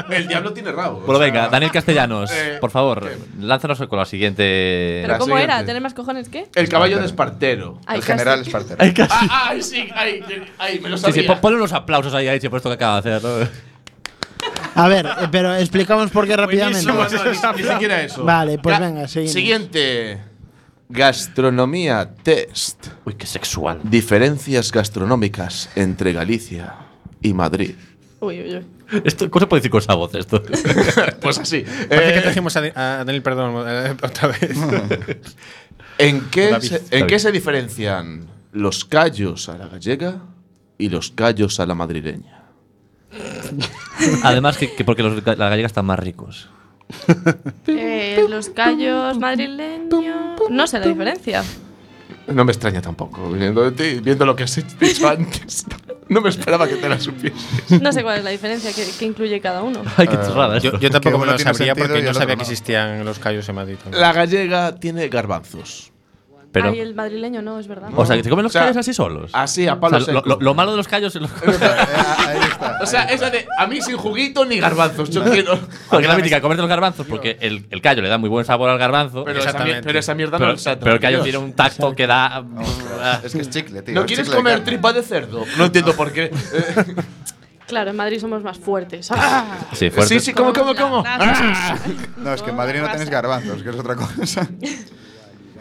S6: El, el diablo tiene rabo.
S7: Bueno,
S6: o sea,
S7: venga, Daniel Castellanos,
S6: eh,
S7: por favor, lánzanos con la siguiente.
S5: ¿Pero
S8: La
S5: cómo era?
S8: siguiente.
S5: ¿Tener más cojones qué?
S6: El caballo de Espartero.
S5: Ay,
S8: el general
S5: casi.
S8: Espartero.
S7: Ay, casi.
S6: Ah, ay, sí, ay, ay, me lo
S7: Sí,
S6: sabía.
S7: sí, pon- ponle unos aplausos ahí a Eche por esto que acaba de hacer. ¿no?
S10: A ver, eh, pero explicamos por qué rápidamente.
S6: Buenísimo, no, ni, ni siquiera eso.
S10: Vale, pues venga, seguimos.
S6: Siguiente. Gastronomía test.
S7: Uy, qué sexual.
S6: Diferencias gastronómicas entre Galicia y Madrid.
S5: Uy, uy, uy.
S7: Esto, ¿Cómo se puede decir con esa voz esto?
S6: Pues así.
S9: Parece que
S6: eh,
S9: trajimos a, a Daniel, perdón, eh, otra vez.
S6: ¿En qué,
S9: David,
S6: se, en
S7: David.
S6: qué se diferencian los callos a la gallega y los callos a la madrileña?
S7: Además, que, que porque los, ga- las gallegas están más ricos.
S5: Eh, los callos madrileños. No sé la diferencia.
S6: No me extraña tampoco, viniendo de ti, viendo lo que has dicho antes. No me esperaba que te la supieses.
S5: No sé cuál es la diferencia que, que incluye cada uno. Ah.
S7: Ay, qué chorrada esto.
S9: Yo, yo tampoco me
S8: uno
S9: lo
S8: tiene
S9: sabría
S8: sentido y
S9: porque
S8: el
S9: no
S8: otro
S9: sabía
S8: no.
S9: que existían los callos en Madrid.
S6: La gallega tiene garbanzos.
S7: Pero,
S5: Ay, el madrileño no, es verdad.
S7: o sea, que se comen los
S6: O sea,
S7: callos así solos.
S6: Así, a
S7: O sea,
S6: palo
S7: lo,
S6: seco.
S7: lo- lo malo de los callos es los
S8: Ahí está.
S6: O sea, es la de a mí sin juguito ni garbanzos. Yo quiero.
S7: Porque la mítica, comerte los garbanzos, porque el, el callo le da muy buen sabor al garbanzo.
S6: Pero esa, mier-
S9: Exactamente.
S6: pero esa mierda no
S7: pero,
S6: es
S7: pero el callo tiene un tacto que da. mm, ah.
S8: Es que es chicle, tío.
S6: ¿No
S8: es
S6: quieres
S8: chicle de
S6: comer
S8: carne.
S6: tripa de cerdo? No entiendo por qué. Eh,
S5: Claro, en Madrid somos más fuertes. ¡Ah!
S7: Sí, fuerte.
S6: sí, sí, ¿cómo, cómo, cómo?
S8: No, es que en Madrid no tenéis garbanzos, que es otra cosa.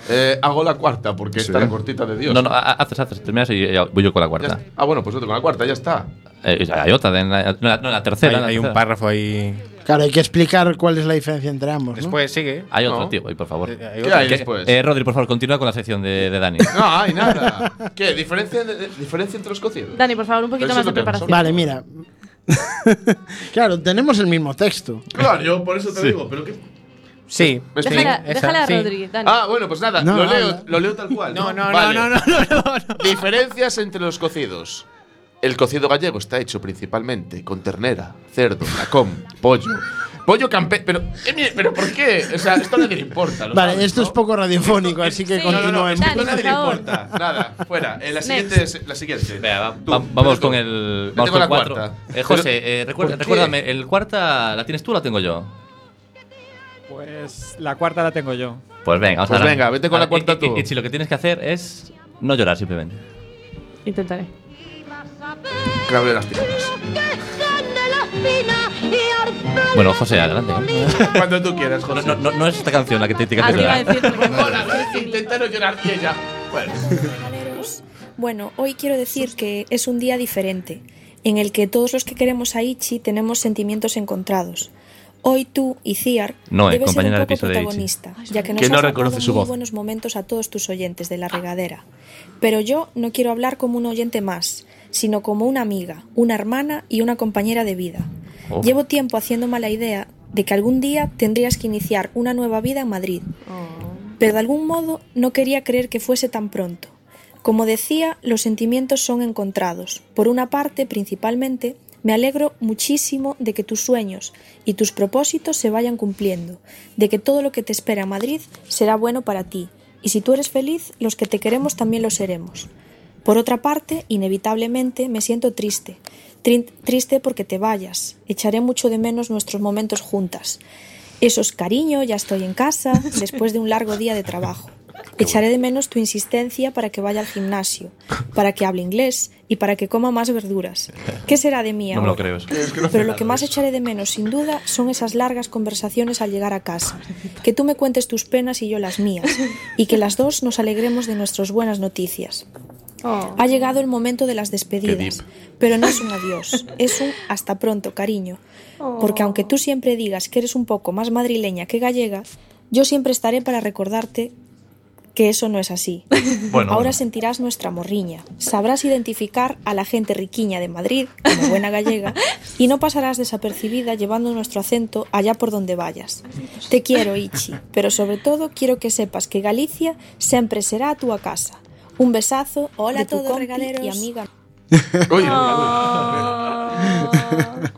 S6: Eh, hago la cuarta porque
S8: Sí.
S6: está la cortita de Dios.
S7: No, no, ha- haces, haces, terminas y ya voy yo con la
S6: Ya
S7: cuarta.
S6: está. Ah, bueno, pues yo tengo la cuarta, ya está.
S7: Eh, hay otra, de- en la- no, la- no, la
S9: Hay,
S7: tercera. la
S9: hay un
S7: tercera.
S9: párrafo ahí.
S10: Claro, hay que explicar cuál es la diferencia entre ambos. ¿no?
S9: Después Eh, sigue.
S7: Hay otro,
S6: ¿Eh? No.
S7: tío, ay, por favor.
S9: Eh, hay
S6: ¿Qué
S9: otro.
S6: hay
S7: Que-
S6: después?
S7: eh, Rodri, por favor, continúa con la sección de, de Dani.
S6: No, hay nada. ¿Qué? ¿Diferencia, de- de- diferencia entre los cocidos?
S5: Dani, por favor, un poquito
S6: Eso
S5: más
S6: es
S5: de
S6: lo que
S5: preparación.
S10: Vale, mira. claro, tenemos el mismo texto.
S6: Claro, yo por eso te digo, pero qué.
S9: Sí. sí,
S5: Déjala,
S9: esa,
S5: déjala a
S9: sí.
S5: Rodri, Dani.
S6: Ah, bueno, pues nada,
S10: No,
S6: lo,
S10: no,
S6: leo,
S10: no.
S6: lo leo tal cual.
S9: No, no, no,
S6: Vale.
S9: no, no, no, no, no.
S6: Diferencias entre los cocidos. El cocido gallego está hecho principalmente con ternera, cerdo, lacón, pollo. Pollo campe... Pero, eh, mire, pero ¿por qué? O sea, esto a nadie le importa. lo
S10: Vale,
S6: sabes,
S10: esto
S6: ¿no?
S10: es poco radiofónico, así que
S5: Sí.
S6: No, no, no,
S10: continuemos.
S6: esto a
S5: Dani,
S6: nadie le
S5: por favor.
S6: importa. Nada, fuera. Eh, la,
S5: Next.
S6: siguiente es- la siguiente. Tú,
S7: Va- vamos
S6: tú.
S7: con el.
S6: Vete
S7: Vamos
S6: con
S7: con
S6: la
S7: el cuatro.
S6: cuarta.
S7: Eh, José,
S6: Pero-
S7: eh, recuerda-
S6: ¿por qué?
S7: recuérdame, ¿el cuarta la tienes tú o la tengo yo?
S11: Pues la cuarta la tengo yo.
S7: Pues venga, vamos
S6: Pues
S7: a ver.
S6: venga, vete con la cuarta tú.
S7: Y, si lo que tienes que hacer es no llorar simplemente.
S5: Intentaré.
S6: Clavo de las tijeras.
S7: Bueno, José, adelante.
S6: Cuando tú quieras,
S7: No,
S6: José.
S7: no, no, no es esta canción la que te tiene que
S5: Ah, te iba a
S7: llorar.
S5: decir. porque-
S6: Hola, intentaron llorar y ella. Bueno.
S11: Bueno, hoy quiero decir que es un día diferente, en el que todos los que queremos a Ichi tenemos sentimientos encontrados. Hoy tú y Ciar
S7: No, eh,
S11: debes ser
S7: compañera
S11: un
S7: de
S11: poco
S7: piso de Ichi.
S11: protagonista, ya que nos
S6: Que no
S11: has
S6: reconoce
S11: dado
S6: su
S11: muy
S6: voz.
S11: buenos momentos a todos tus oyentes de la regadera. Pero yo no quiero hablar como un oyente más, sino como una amiga, una hermana y una compañera de vida.
S7: Oh.
S11: Llevo tiempo haciéndome la idea de que algún día tendrías que iniciar una nueva vida en Madrid, pero de algún modo no quería creer que fuese tan pronto. Como decía, los sentimientos son encontrados. Por una parte, principalmente, me alegro muchísimo de que tus sueños y tus propósitos se vayan cumpliendo, de que todo lo que te espera en Madrid será bueno para ti, y si tú eres feliz, los que te queremos también lo seremos. Por otra parte, inevitablemente me siento triste, Trin- triste porque te vayas, echaré mucho de menos nuestros momentos juntas. Eso es cariño, ya estoy en casa, después de un largo día de trabajo. Echaré de menos tu insistencia para que vaya al gimnasio, para que hable inglés y para que coma más verduras. ¿Qué será de mí
S7: No me lo
S11: ahora?
S7: creo. eso.
S11: Pero lo que más echaré de menos, sin duda, son esas largas conversaciones al llegar a casa. Que tú me cuentes tus penas y yo las mías. Y que las dos nos alegremos de nuestras buenas noticias.
S5: Oh.
S11: Ha llegado el momento de las
S6: Qué
S11: despedidas.
S6: deep.
S11: Pero no es un adiós, es un hasta pronto, cariño. Porque
S12: Oh.
S11: aunque tú siempre digas que eres un poco más madrileña que gallega, yo siempre estaré para recordarte que eso no es así.
S12: Bueno,
S11: Ahora
S12: bueno.
S11: sentirás nuestra morriña. Sabrás identificar a la gente riquiña de Madrid como buena gallega y no pasarás desapercibida llevando nuestro acento allá por donde vayas. Te quiero, Ichi, pero sobre todo quiero que sepas que Galicia siempre será tu casa. Un besazo, hola
S12: a todos,
S11: y amiga.
S6: Uy,
S5: Oh,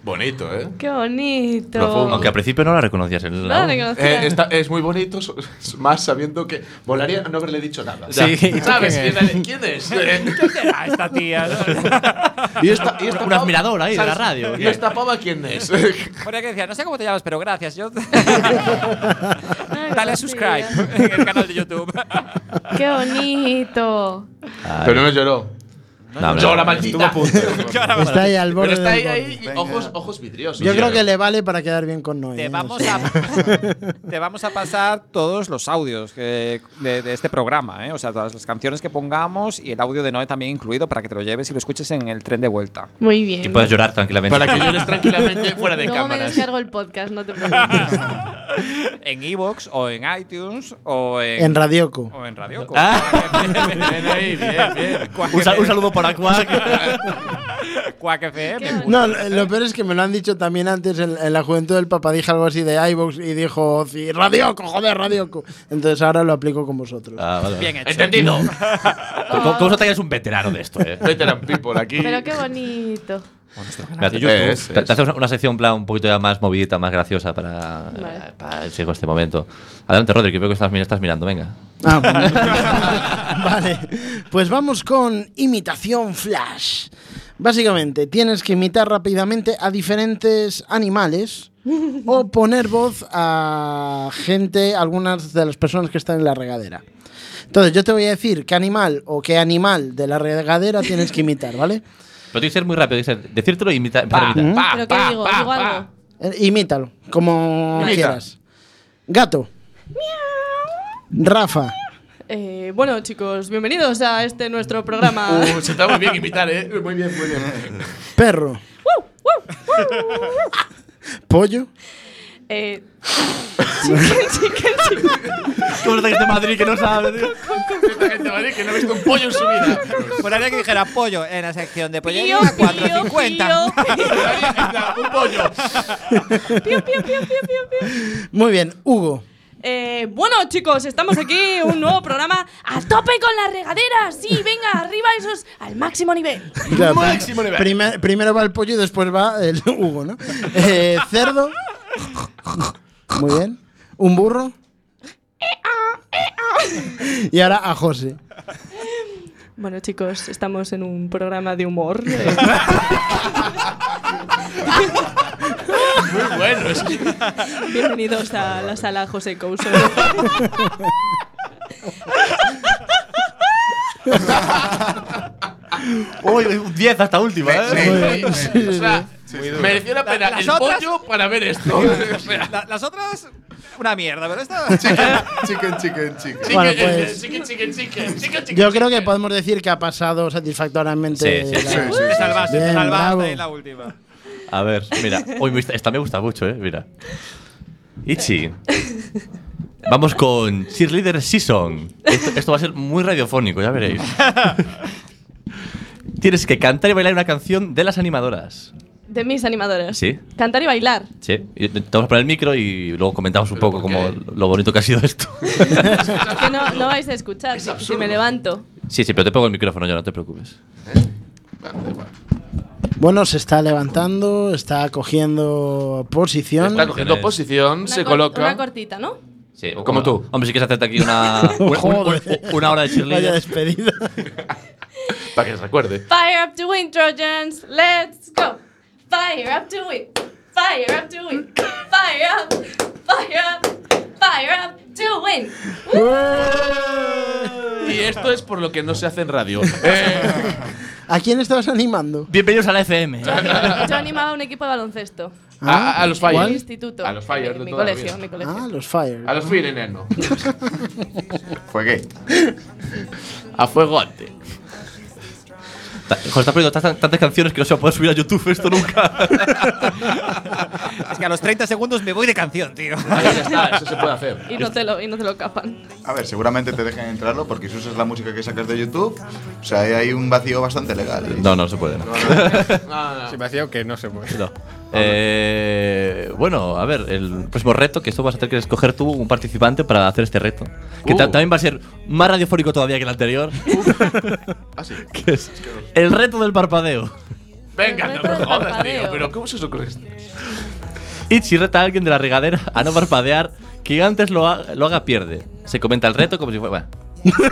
S6: Bonito, ¿eh?
S5: ¡Qué bonito!
S7: Aunque al principio no la reconocías. el-
S5: No la reconocía.
S6: Eh, está- es muy bonito, so- s- más sabiendo que volaría no haberle dicho nada.
S7: Sí.
S6: Ya. ¿sabes?
S7: ¿Quién
S6: ¿Quién, es? ¿Qué será
S12: esta tía?
S6: y esta, y esta
S7: Un
S6: pava-
S7: admirador ahí de la
S6: ¿sabes?
S7: radio.
S6: ¿Y esta pava quién es?
S12: Ponía que decía, no sé cómo te llamas, pero gracias. Yo... Dale a subscribe en el canal de YouTube.
S5: ¡Qué bonito!
S6: Pero no lloró.
S7: No, hombre,
S6: Llora,
S7: no.
S6: maldita.
S10: Está ahí al borde
S6: Pero está ahí,
S10: del
S6: ahí y
S10: borde.
S6: ojos, ojos vidriosos.
S10: Yo creo que le vale para quedar bien con Noé.
S12: Te
S10: ¿eh?
S12: vamos
S10: O sea,
S12: a...
S4: Te vamos a pasar todos los audios que- de, de este programa, ¿eh? o sea, todas las canciones que pongamos y el audio de Noé también incluido para que te lo lleves y lo escuches en el tren de vuelta.
S5: Muy bien.
S7: Y puedes llorar tranquilamente.
S6: Para que llores tranquilamente fuera de
S5: Luego me
S6: cámaras.
S5: descargo el podcast, no te preocupes.
S4: En Evox o en iTunes o en.
S10: En Radioco.
S4: O en Radioco.
S7: Ah.
S12: Bien ahí, bien, bien.
S7: Un, sal- un saludo para Quack.
S12: Quack FM.
S10: No, lo lo peor es que me lo han dicho también antes en, en la juventud del Papa. Dije algo así de iVox y dijo: "Sí, Radioco, joder, Radioco. Entonces ahora lo aplico con vosotros.
S7: Ah, vale.
S12: Bien hecho.
S6: Entendido.
S7: ¿Cómo, cómo se te es un veterano de esto, eh?
S6: Veteran Pues, people aquí.
S5: Pero qué bonito.
S7: Mira, te,
S6: YouTube. Es,
S7: te- te
S6: es.
S7: haces una, una sección en plan un poquito ya más movidita, más graciosa para,
S5: Vale.
S7: para el chico este momento. Adelante, Rodri, que veo que estás, mir- estás mirando, venga.
S10: Ah, bueno. vale. Pues vamos con imitación flash. Básicamente, tienes que imitar rápidamente a diferentes animales o poner voz a gente, algunas de las personas que están en la regadera. Entonces, yo te voy a decir qué animal o qué animal de la regadera tienes que imitar, ¿vale?
S7: Pero tienes que ser muy rápido, tienes que ser- decírtelo y imita- empezar a imitar.
S5: ¿Pero qué digo? ¿Digo algo?
S10: Eh, Imítalo, como
S6: Imita.
S10: quieras. Gato. Rafa.
S5: Eh, bueno, chicos, bienvenidos a este nuestro programa.
S6: Uh, se está muy bien imitar, ¿eh? Muy bien, muy bien.
S10: Perro. Pollo.
S5: Eh, chicken, chicken, chicken.
S7: ¿Cómo está este Madrid que no sabe, tío?
S6: Esta gente de Madrid que no ha visto un pollo en su vida.
S12: Ponerle Pues que dijera pollo en la sección de pollería
S5: Pío, pío,
S12: 450.
S6: un pollo.
S5: pío, pío, pío, pío, pío, pío.
S10: Muy bien, Hugo.
S5: Eh, bueno, chicos, estamos aquí, un nuevo programa a tope con las regaderas. Sí, venga, arriba esos al máximo nivel.
S10: Claro,
S6: Máximo
S10: prim-
S6: nivel.
S10: primer- primero va el pollo y después va el Hugo, ¿no? Eh, cerdo. Muy bien. Un burro. Y ahora a José.
S5: Bueno, chicos, estamos en un programa de humor.
S6: Muy bueno. Es que
S5: Bienvenidos a la sala José Couso.
S7: Uy, un 10 hasta última, ¿eh?
S6: o sea, mereció la pena
S12: Las
S6: el
S12: otras-
S6: pollo para ver esto. O sea,
S12: La- las otras, una mierda, pero esta.
S8: Chicken, chicken, chicken.
S10: Bueno,
S6: chicken,
S10: pues-
S6: chicken, chicken, chicken, chicken, chicken,
S10: Yo creo que
S6: chicken.
S10: podemos decir que ha pasado satisfactoriamente.
S7: Sí, sí,
S10: la-
S7: sí,
S8: sí, sí.
S12: Te salvaste,
S10: Bien,
S12: te
S10: bravo.
S12: salvaste en la última.
S7: A ver, mira. Uy, me gusta- esta me gusta mucho, eh. Mira. Ichi. Vamos con Cheerleader Season. Esto, esto va a ser muy radiofónico, ya veréis. Tienes que cantar y bailar una canción de las animadoras.
S5: De mis animadoras.
S7: ¿Ah, Sí.
S5: Cantar y bailar.
S7: Sí. Y Te vamos a poner el micro y luego comentamos un
S6: Pero
S7: poco
S6: ¿por
S7: como
S6: qué?
S7: lo bonito que ha sido esto.
S5: Que no, no vais a escuchar si, si me levanto.
S7: sí, sí, pero te pongo el micrófono yo, no te preocupes.
S10: Bueno, se está levantando, está cogiendo posición.
S6: Está cogiendo
S7: Tienes-
S6: posición,
S5: Una
S6: se
S5: cor- Una
S6: coloca.
S5: cortita, ¿no?
S7: Sí, o-
S6: Como
S7: o-
S6: tú.
S7: Hombre, si quieres hacerte aquí una, una,
S10: Joder.
S7: una- una hora de
S10: Vaya
S7: cheerleader.
S10: despedida.
S6: Para que se recuerde.
S5: Fire up the wind, Trojans. Let's go. Fire up the wind. Fire up the wind. Fire up. Fire up. Fire up the wind.
S6: Y esto es por lo que no se hace en radio. Eh,
S10: ¿A quién estabas animando?
S7: Bienvenidos a la FM.
S5: Yo animaba un equipo de baloncesto.
S6: Ah,
S7: ¿Ah?
S6: a, a los
S5: En
S6: Fire.
S5: el instituto.
S6: A los Fire de
S5: mi
S6: toda la
S5: colegio,
S6: vida.
S5: mi colegio.
S10: Ah, los Fire.
S6: A los Fire enano.
S8: Fue gay.
S6: A fuegote.
S7: Ta- Joder, estás poniendo tantas, tantas canciones que no se va a poder subir a YouTube esto nunca.
S12: Es que a los 30 segundos me voy de canción, tío.
S8: ya está, eso se puede hacer.
S5: Y no te lo, y no te lo capan.
S8: A ver, seguramente te dejen entrarlo porque si usas la música que sacas de YouTube, o sea, ahí hay un vacío bastante legal.
S7: No, no se puede. No.
S9: Se me hacía que no se puede.
S7: No. Eh, bueno, a ver, el próximo reto que esto vas a tener que escoger tú un participante para hacer este reto. Que ta-
S6: Uh.
S7: también va a ser más radiofónico todavía que el anterior.
S6: Ah, sí.
S7: que es el reto del parpadeo.
S6: Venga, no me jodas, tío.
S5: parpadeo.
S6: Pero ¿cómo se os ocurre esto?
S7: Itchy reta a alguien de la regadera a no parpadear. Quien antes lo, ha- lo haga pierde. Se comenta el reto como si fuera. bueno,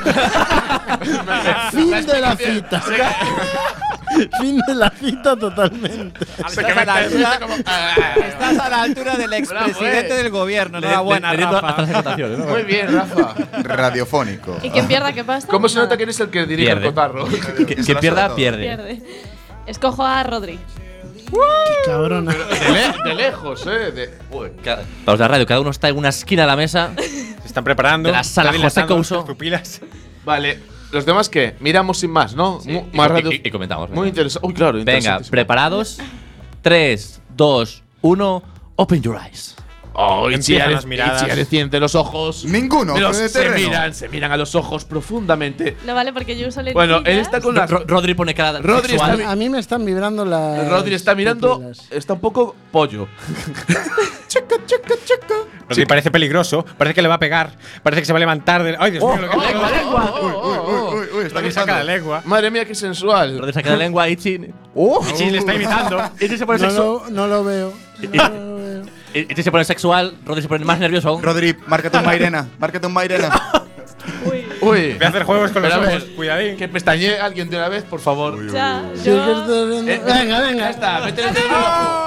S10: Fin de la cita. fin de la cita totalmente.
S12: Estás a la altura,
S6: ah.
S12: estás a la altura del
S9: pues.
S12: expresidente del gobierno.
S7: Le-
S12: Enhorabuena,
S7: le- le- hasta las
S12: Rafa.
S7: acotaciones, ¿no?
S6: Muy bien, Rafa.
S8: Radiofónico.
S5: Y quien pierda, ¿qué pasa?
S6: ¿Cómo se nota que eres el que dirige
S7: Pierde.
S6: el cotarro?
S7: Que- que
S8: Eso lo sabe
S7: pierda,
S8: todo.
S7: pierde.
S5: Pierde. Escojo a Rodri.
S10: Cabrona.
S6: De, le- de lejos, eh. De, Uy.
S7: Ca- Para los de la radio, cada uno está en una esquina de la mesa.
S9: Se están preparando.
S7: De la sala
S9: están
S7: José
S9: dilatando
S7: Couso.
S9: las Pupilas.
S6: Vale. ¿Los demás qué? Miramos sin más, ¿no? Mu- más
S7: y,
S6: radio.
S7: y- y comentamos.
S6: Muy
S7: venga.
S6: interesante. Uy, claro,
S7: Venga,
S6: interesantísimo.
S7: preparados. 3, 2, 1. Open your eyes.
S6: Oh, y
S9: Empiezan
S6: Chiare-
S9: las miradas.
S6: y Chiare tiene los ojos.
S8: Ninguno,
S6: Pero
S8: de
S6: se
S8: terreno.
S6: miran, se miran a los ojos profundamente.
S5: No vale porque yo uso lentillas.
S6: Bueno, él está con las.
S7: Ro- Rodri pone cara.
S6: Rodri
S7: sexual.
S6: está
S10: A a mí me están vibrando las.
S6: Rodri está mirando.
S10: pupilas.
S6: Está un poco pollo.
S9: Rodri parece peligroso, parece que le va a pegar, parece que se va a levantar del. ¡Ay, Dios
S7: Oh.
S9: mío! Lo que
S6: lengua, lengua.
S8: Uy, uy, uy, está
S9: Rodri saca la
S8: cruzando.
S9: lengua.
S6: Madre mía, qué sensual. Oh.
S7: Rodri saca la lengua a Itchin.
S9: Ichi le está imitando.
S7: Itchin se pone
S10: No
S7: sexual.
S10: lo, no lo veo. No lo veo.
S6: Eh,
S7: Itchin Este se pone sexual. Rodri se pone más nervioso aún.
S8: Rodri, márcate un Mairena, márcate un Mairena.
S6: Uy.
S9: Voy a hacer juegos con los
S6: Pero a
S9: ojos.
S6: ver,
S9: Cuidadín.
S6: Que pestañe alguien de una vez, por favor.
S5: Ya,
S10: Sí, que
S5: yo.
S10: estoy viendo-
S6: Eh,
S10: venga,
S6: Ya
S10: venga.
S6: está, métele el dedo.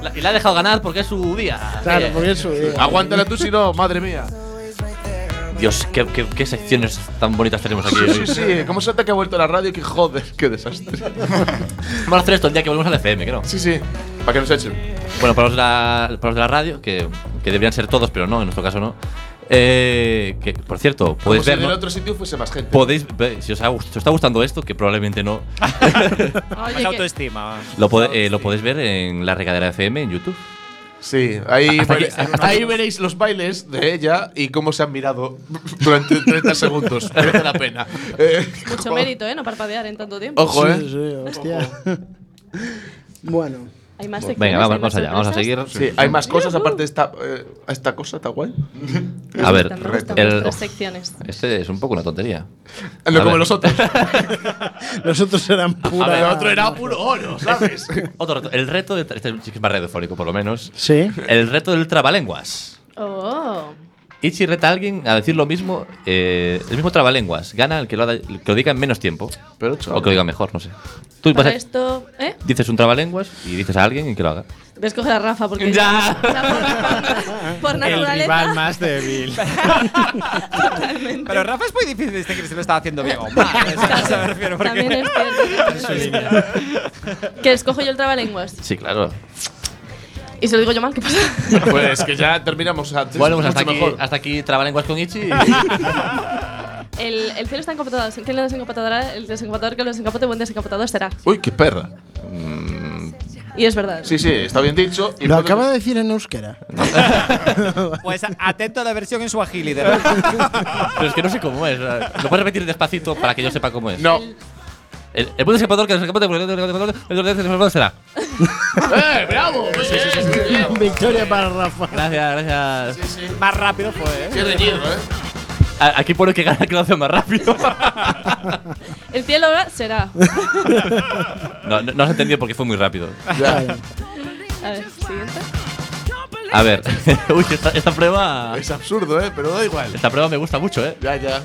S7: La- Y la ha dejado ganar porque es su día.
S10: Claro,
S7: Eh,
S10: porque es su día.
S6: Aguántala tú si no, madre mía.
S7: Dios, qué, qué- qué secciones tan bonitas tenemos Pues aquí.
S6: Sí,
S7: hoy.
S6: sí, sí. ¿Cómo se nota que ha vuelto la radio? Que joder, qué desastre.
S7: Vamos a hacer esto el día que volvemos al FM, creo.
S6: Sí, sí. Para que nos echen.
S7: Bueno, para los de la, para los de la radio, que, que deberían ser todos, pero no, en nuestro caso no. Eh, que, por cierto,
S6: Como
S7: podéis
S6: si en el
S7: vernos.
S6: otro sitio fuese más gente.
S7: Podéis, ve- si os, ha gust- si os está gustando esto, que probablemente no,
S5: Oye,
S12: Más
S5: que-
S12: autoestima.
S7: lo, pode- eh, lo podéis ver en la regadera FM en YouTube.
S6: Sí, ahí,
S7: Hasta
S6: vere-
S7: que-
S6: ahí veréis los bailes de ella y cómo se han mirado durante 30 segundos. Merece la pena. Eh,
S5: Mucho
S6: joder.
S5: mérito, ¿eh? No parpadear en tanto tiempo.
S6: Ojo,
S10: Sí,
S6: eh.
S10: sí, hostia. bueno.
S5: Hay más secciones,
S7: Venga,
S5: hay más
S7: vamos, vamos allá, vamos a
S5: sorpresas.
S7: seguir.
S6: Sí, hay más cosas aparte de esta, eh, esta cosa, está guay.
S7: A ver,
S5: Me gustan
S7: el-
S5: vuestras secciones.
S7: Este es un poco una tontería.
S6: Ah, No
S7: A
S6: como
S7: ver.
S6: los otros.
S10: Los otros eran pura.
S6: El otro era puro oro, ¿sabes?
S7: Otro reto, el reto de. Este sí que es más radiofónico, por lo menos.
S10: Sí.
S7: El reto del trabalenguas.
S5: Oh.
S7: Ichi reta a alguien a decir lo mismo, eh, el mismo trabalenguas. Gana el que lo, ha- el que lo diga en menos tiempo.
S6: Pero,
S7: O que lo diga mejor, no sé. Tú vas
S5: Para
S7: a-
S5: esto, ¿eh?
S7: dices un trabalenguas y dices a alguien y que lo haga.
S5: Voy a escoger a Rafa porque.
S7: Ya.
S5: o sea, por, por
S9: El
S5: naturaleza.
S9: rival más débil.
S5: Totalmente.
S12: Pero Rafa es muy difícil de decir que se lo está haciendo bien o mal. ¿eh? o sea, se me refiero, porque-
S5: También es cierto.
S9: su línea.
S5: Que escojo yo el trabalenguas.
S7: Sí, claro.
S5: Y se lo digo yo mal, ¿qué pasa?
S6: Pues que ya terminamos antes.
S7: Bueno, pues hasta
S6: mucho
S7: aquí,
S6: mejor.
S7: hasta aquí trabalenguas con Ichi.
S5: El, el cielo está encapotado. ¿Quién lo desencapotará? El desencapotador que lo desencapote, buen desencapotador será.
S6: Uy, qué perra. Mm,
S5: Y es verdad.
S6: Sí, sí, está bien dicho.
S10: Lo
S6: puedo-
S10: acaba de decir en euskera.
S12: Pues atento a la versión en su de Rafa.
S7: Pero es que no sé cómo es. Lo puedes repetir despacito para que yo sepa cómo es.
S6: No.
S7: El, el buen escapador que nos escapó de el será.
S6: ¡Eh, bravo! Muy bien, muy bien.
S10: Victoria para Rafa.
S7: Gracias, gracias.
S12: Más rápido fue, ¿eh?
S6: Qué reñido, ¿eh?
S7: A- Aquí pone que gana que lo hace más rápido.
S5: El cielo será.
S7: No, no, no has entendido porque fue muy rápido.
S10: Vale.
S5: A ver, siguiente.
S7: A ver. Uy, esta, esta prueba.
S6: Es absurdo, ¿eh? Pero da igual.
S7: Esta prueba me gusta mucho, eh.
S6: Ya, ya.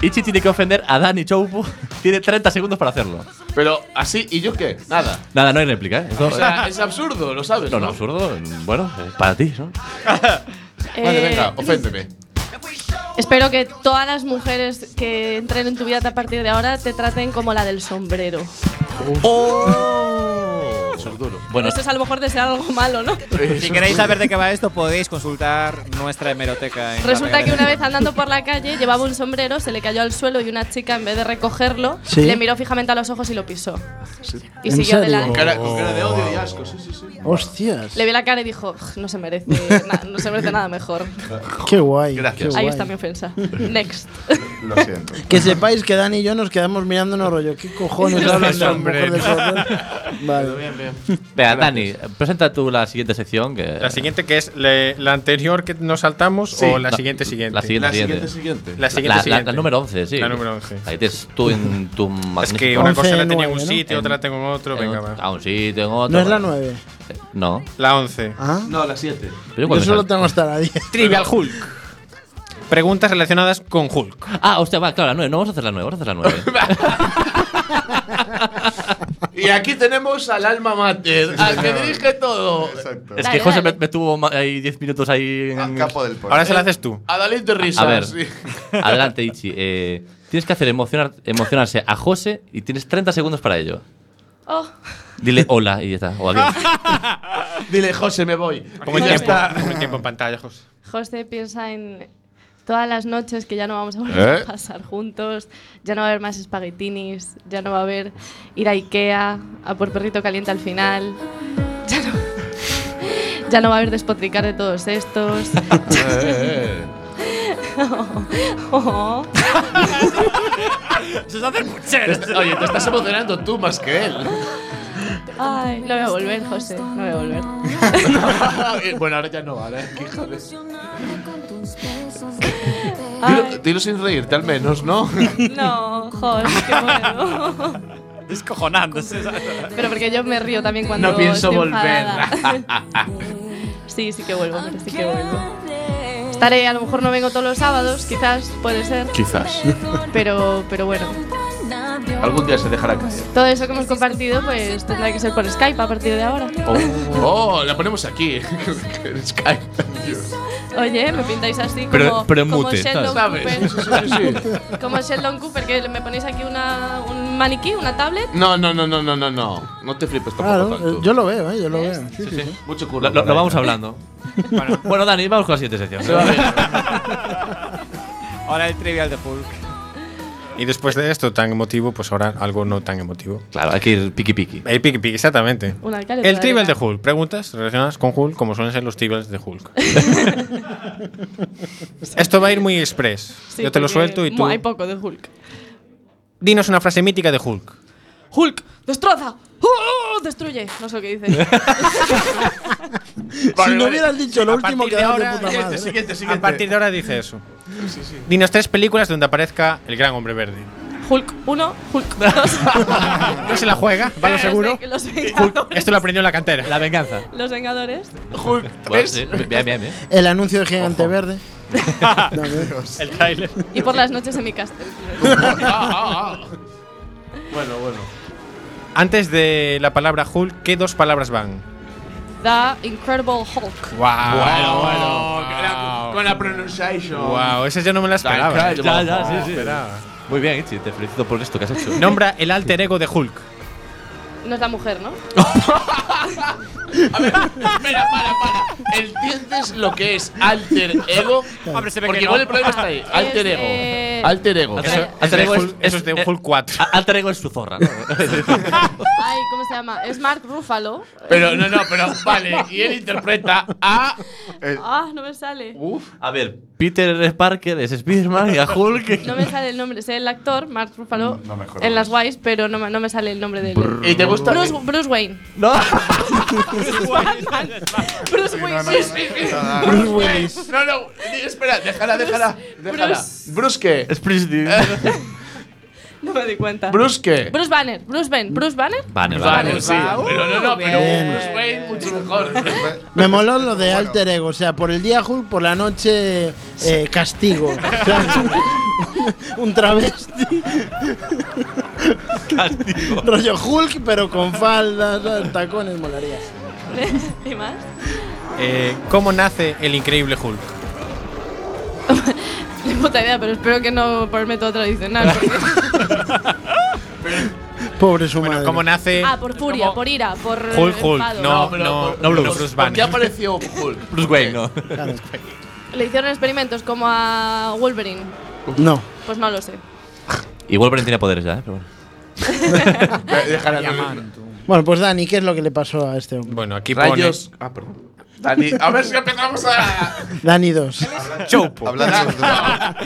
S7: Ichi tiene que ofender a Dani Choupo. Tiene 30 segundos para hacerlo.
S6: Pero así, ¿y yo qué? Nada.
S7: Nada, no hay réplica, eh. Esto-
S6: O sea, es absurdo, lo sabes.
S7: no, no, absurdo. Bueno, eh, para ti, ¿no?
S6: Vale,
S5: Eh,
S6: venga, oféndeme.
S5: Espero que todas las mujeres que entren en tu vida a partir de ahora te traten como la del sombrero.
S7: ¡Oh!
S6: eso es duro.
S12: Bueno,
S5: Esto es a lo mejor desear algo malo, ¿no?
S12: si queréis saber de qué va esto, podéis consultar nuestra hemeroteca. en
S5: Resulta
S12: la
S5: que una
S12: regadera.
S5: vez andando por la calle llevaba un sombrero, se le cayó al suelo y una chica en vez de recogerlo
S12: Sí.
S5: le miró fijamente a los ojos y lo pisó. Y
S10: ¿En
S5: siguió
S10: serio?
S5: adelante.
S6: Con cara, con cara de odio y asco, sí, sí, sí.
S10: Hostias.
S5: Le vi la cara y dijo, "Ugh, no se merece, na- no se merece nada mejor.
S10: Qué guay.
S5: Ahí
S10: qué guay.
S5: está mi ofensa. Next.
S8: Lo siento.
S10: Que sepáis que Dani y yo nos quedamos mirándonos rollo. ¿Qué cojones
S5: Los
S10: hablan de la
S5: hombres.
S10: mujer del sombrero? Vale.
S7: Venga, Dani, presenta tú la siguiente sección. Que
S9: La siguiente que es le- la anterior que nos saltamos
S7: Sí.
S9: o la
S7: No,
S9: siguiente siguiente.
S7: La siguiente,
S9: La siguiente
S7: la,
S9: siguiente.
S7: la número 11, sí.
S9: La número 11.
S7: Ahí tienes tú en tu
S9: Es
S7: magnífico-
S9: que una cosa la tenía en un sitio, otra la tengo en otro. Venga, va.
S7: Ah, un sitio, en otro.
S9: No es la Ah.
S7: bueno.
S10: nueve.
S7: Eh, No.
S9: La 11.
S6: No, la 7.
S7: Pero cuando sal-
S10: tengo hasta la 10.
S9: Trivial Hulk. Preguntas relacionadas con Hulk.
S7: Ah, hostia, va, claro, la 9. No vamos a hacer la 9, vamos a hacer la 9.
S6: Y aquí tenemos al alma mater, al que dirige todo. Exacto.
S7: es que José me, me tuvo ma- ahí 10 minutos ahí. En...
S6: Ah, capo del Ahora se la haces tú. Adalid de risas,
S7: A ver,
S6: sí.
S7: adelante, Ichi. Eh, tienes que hacer emocionar, emocionarse a José y tienes 30 segundos para ello.
S5: Oh.
S7: Dile hola y ya está. O adiós.
S6: Dile, José, me voy.
S9: Como el
S6: Ya
S9: tiempo,
S6: está.
S9: como el tiempo en pantalla, José.
S5: José piensa en todas las noches que ya no vamos a volver
S9: ¿Eh?
S5: a pasar juntos, ya no va a haber más espaguetinis, ya no va a haber ir a Ikea, a por perrito caliente al final, ya no, ya no va a haber despotricar de todos estos.
S6: Eh,
S5: Oh.
S6: eh. Te- Oye, te estás emocionando tú más que él.
S5: Ay, no voy a volver, José, no voy a volver.
S6: bueno, ahora ya no, ahora ¿eh? Híjoles.
S5: Ay,
S6: Dilo, dilo sin reírte al menos, ¿no?
S5: no, José, qué bueno.
S12: Descojonándose.
S5: Pero porque yo me río también cuando
S12: No pienso
S5: estoy
S12: volver.
S5: enfadada.
S12: Ah.
S5: sí, sí que vuelvo, hombre, sí que vuelvo. Estaré, a lo mejor no vengo todos los sábados, quizás, puede ser.
S6: Quizás.
S5: Pero, pero bueno,
S6: Algún día se dejará caer.
S5: todo eso que hemos compartido pues tendrá que ser por Skype a partir de ahora.
S6: Oh, oh, la ponemos aquí. en Skype.
S5: Oye, me pintáis así como,
S6: Pero- pero en
S5: como
S6: mute,
S5: Sheldon
S6: ¿sabes?
S5: Cooper.
S6: Sí, sí,
S5: Como Sheldon Cooper, que me ponéis aquí una, un maniquí, una tablet.
S6: No, no, no, no, no, no, no. No te flipes tampoco
S10: Claro, eh,
S6: tanto.
S10: yo lo veo, ¿eh? Yo lo veo. Sí, sí, sí.
S6: Mucho
S7: Lo,
S6: curro.
S7: lo- lo vamos hablando. bueno. Dani, vamos con la siguiente sección.
S12: Ahora el trivial de Hulk.
S9: Y después de esto tan emotivo, pues ahora algo no tan emotivo.
S7: Claro, hay que ir piqui piqui.
S9: El piqui piqui, exactamente.
S5: Un alcalde
S9: El
S5: todavía.
S9: trivial de Hulk. Preguntas relacionadas con Hulk, como suelen ser los trivials de Hulk. esto va a ir muy express.
S5: Sí,
S9: Yo te lo
S5: porque
S9: suelto y tú.
S5: Hay poco de Hulk.
S9: Dinos una frase mítica de Hulk.
S5: Hulk, destroza. ¡Uh! destruye. No sé lo que dice.
S10: si no hubieras dicho lo
S9: A
S10: último
S9: partir
S10: que
S9: de
S10: de
S9: ahora- eh,
S10: puta madre.
S9: A partir de ahora dice eso. Dinos tres películas donde aparezca el gran hombre verde.
S5: Hulk 1, Hulk 2.
S9: No se la juega, va a
S5: Eh,
S9: lo seguro.
S5: Los,
S9: Hulk, esto lo aprendió en la cantera.
S7: La venganza.
S5: los Vengadores.
S6: Hulk
S7: Bueno, sí, bien, bien, bien.
S10: El anuncio de Gigante Verde.
S9: El trailer.
S5: Y por las noches en mi castel.
S6: Bueno, bueno.
S9: Antes de la palabra Hulk, ¿qué dos palabras van?
S5: The Incredible Hulk.
S9: Ah,
S6: Bueno, bueno. Con la- Con la pronunciation.
S9: Wow, esa yo no me la esperaba.
S7: Ya, ya, sí, sí.
S9: Esperaba.
S7: Muy bien, Ichi, te felicito por esto que has hecho.
S9: Nombra el alter ego de Hulk.
S5: No es la mujer, ¿no?
S6: A ver, mira, para, para. ¿Entiendes lo que es alter ego?
S12: Hombre, se ve
S6: Porque
S12: que no.
S6: igual el problema está ahí. Alter
S5: Es,
S6: ego.
S5: eh,
S6: Alter ego.
S7: Alter-
S6: Eso-
S7: alter ego
S9: es
S7: es,
S9: Hulk- eso es de
S7: eh,
S9: Hulk 4.
S7: a- Alter ego es su zorra. ¿no?
S5: Ay, ¿cómo se llama? Es Mark Ruffalo.
S6: Pero no, no, pero vale. Y él interpreta a.
S5: Ah, no me sale.
S6: Uf.
S7: a ver, Peter Parker es Spiderman y a Hulk.
S5: No me sale el nombre. Sé el actor, Mark Ruffalo,
S7: No, no me acuerdo.
S5: en las guays, pero no, me- no me sale el nombre de él.
S6: ¿Y te gusta?
S5: Bruce, Bruce Wayne.
S7: No.
S5: Bruce Wayne.
S6: Sí, sí, sí.
S10: Bruce Willis.
S6: No, no. Espera, déjala, déjala. Déjala. Bruce qué?
S7: Es Pristin.
S5: No me di cuenta.
S6: Bruce qué?
S5: Bruce Banner. Bruce Ben. Bruce Banner.
S7: Banner,
S6: Vale, sí. Pero no, no, pero
S10: bien.
S6: Bruce Wayne mucho mejor.
S10: Me moló lo de alter ego, o sea, por el día Hulk, por la noche eh, castigo. O sea, un travesti.
S7: Castigo.
S10: Rollo Hulk, pero con faldas, ¿sabes? tacones, molaría.
S5: ¿Y más?
S9: Eh, ¿Cómo nace el increíble Hulk?
S5: Ni puta idea, pero espero que no por método tradicional. porque-
S10: Pobre su
S9: Bueno,
S10: madre.
S9: ¿cómo nace?
S5: Ah, por furia, por ira, por.
S9: Hulk, Hulk,
S5: enfado.
S9: no, no, no Bruce, Bruce Banner.
S6: ¿Qué apareció Hulk?
S7: Bruce Wayne, no.
S5: Le hicieron experimentos como a Wolverine.
S10: No.
S5: Pues no lo sé.
S7: Y Wolverine tiene poderes ya, ¿eh? Pero bueno.
S6: Dejará
S10: Bueno, pues Dani, ¿qué es lo que le pasó a este hombre?
S9: Bueno, aquí
S6: Rayos. Ah, perdón. Dani, a ver si empezamos a.
S10: Dani 2.
S9: Chopo.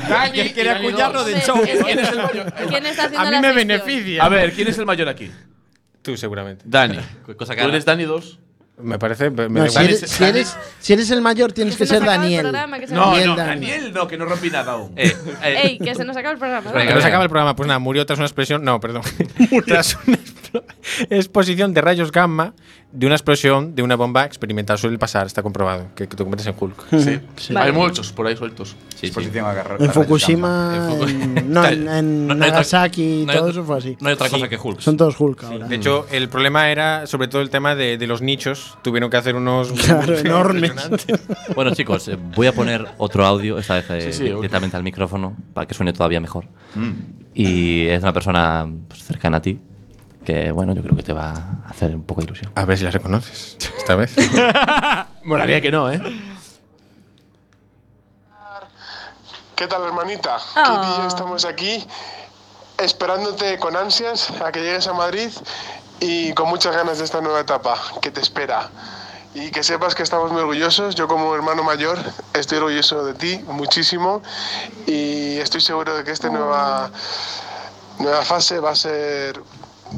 S6: Dani,
S12: Yo quiero
S6: y Dani
S12: acuñarlo
S6: dos.
S12: del show.
S6: ¿Quién es el mayor?
S5: ¿Quién pues está haciendo
S12: A mí
S5: la
S12: me
S5: gestión?
S12: beneficia.
S6: A ver, ¿quién es el mayor aquí?
S9: Tú seguramente.
S6: Dani.
S7: Cosa
S6: ¿Tú
S7: cara.
S6: eres Dani 2?
S9: Me parece. Me
S10: No,
S9: da
S10: si,
S9: igual.
S10: eres, si, eres, si eres el mayor, tienes que
S5: se nos
S10: ser
S5: acaba el
S10: Daniel.
S5: programa, que se
S6: No,
S10: Daniel,
S6: no,
S10: Dani.
S6: Daniel no, que no rompí nada aún.
S7: Eh, eh,
S5: Ey, que se nos acaba el programa.
S7: Venga,
S9: Pero se acaba el programa. Pues nada, murió tras una explosión. No, perdón. tras una explo- exposición de rayos gamma de una explosión de una bomba experimental suele pasar. Está comprobado que, que te conviertes en Hulk.
S6: Sí.
S10: Sí.
S5: Vale.
S6: Hay muchos por ahí sueltos.
S7: sí, sí.
S8: Exposición a garra- a
S10: En
S8: rayos
S10: Fukushima,
S7: En Fuku-
S10: en- no, en, en
S7: No, no hay otra-
S10: Nagasaki y
S7: no hay
S10: todo
S7: otra-
S10: eso fue así.
S7: No hay otra cosa que Hulk.
S10: Son todos Hulk ahora.
S9: De hecho, el problema era sobre todo el tema de, de los nichos. Tuvieron que hacer unos.
S10: Claro, enormes.
S7: Bueno, chicos, eh, voy a poner otro audio, esta vez eh,
S6: Sí, sí,
S7: di-
S6: ok.
S7: directamente al micrófono, para que suene todavía mejor.
S8: gamma. Mm.
S7: Y es una persona pues, cercana a ti, que bueno, yo creo que te va a hacer un poco de ilusión.
S9: A ver si las reconoces. Esta vez.
S6: Moraría que no, ¿eh?
S13: ¿Qué tal, hermanita?
S5: Ah.
S13: Kitty y yo estamos aquí esperándote con ansias a que llegues a Madrid y con muchas ganas de esta nueva etapa que te espera. Y que sepas que estamos muy orgullosos. Yo como hermano mayor estoy orgulloso de ti muchísimo y estoy seguro de que esta nueva, nueva fase va a ser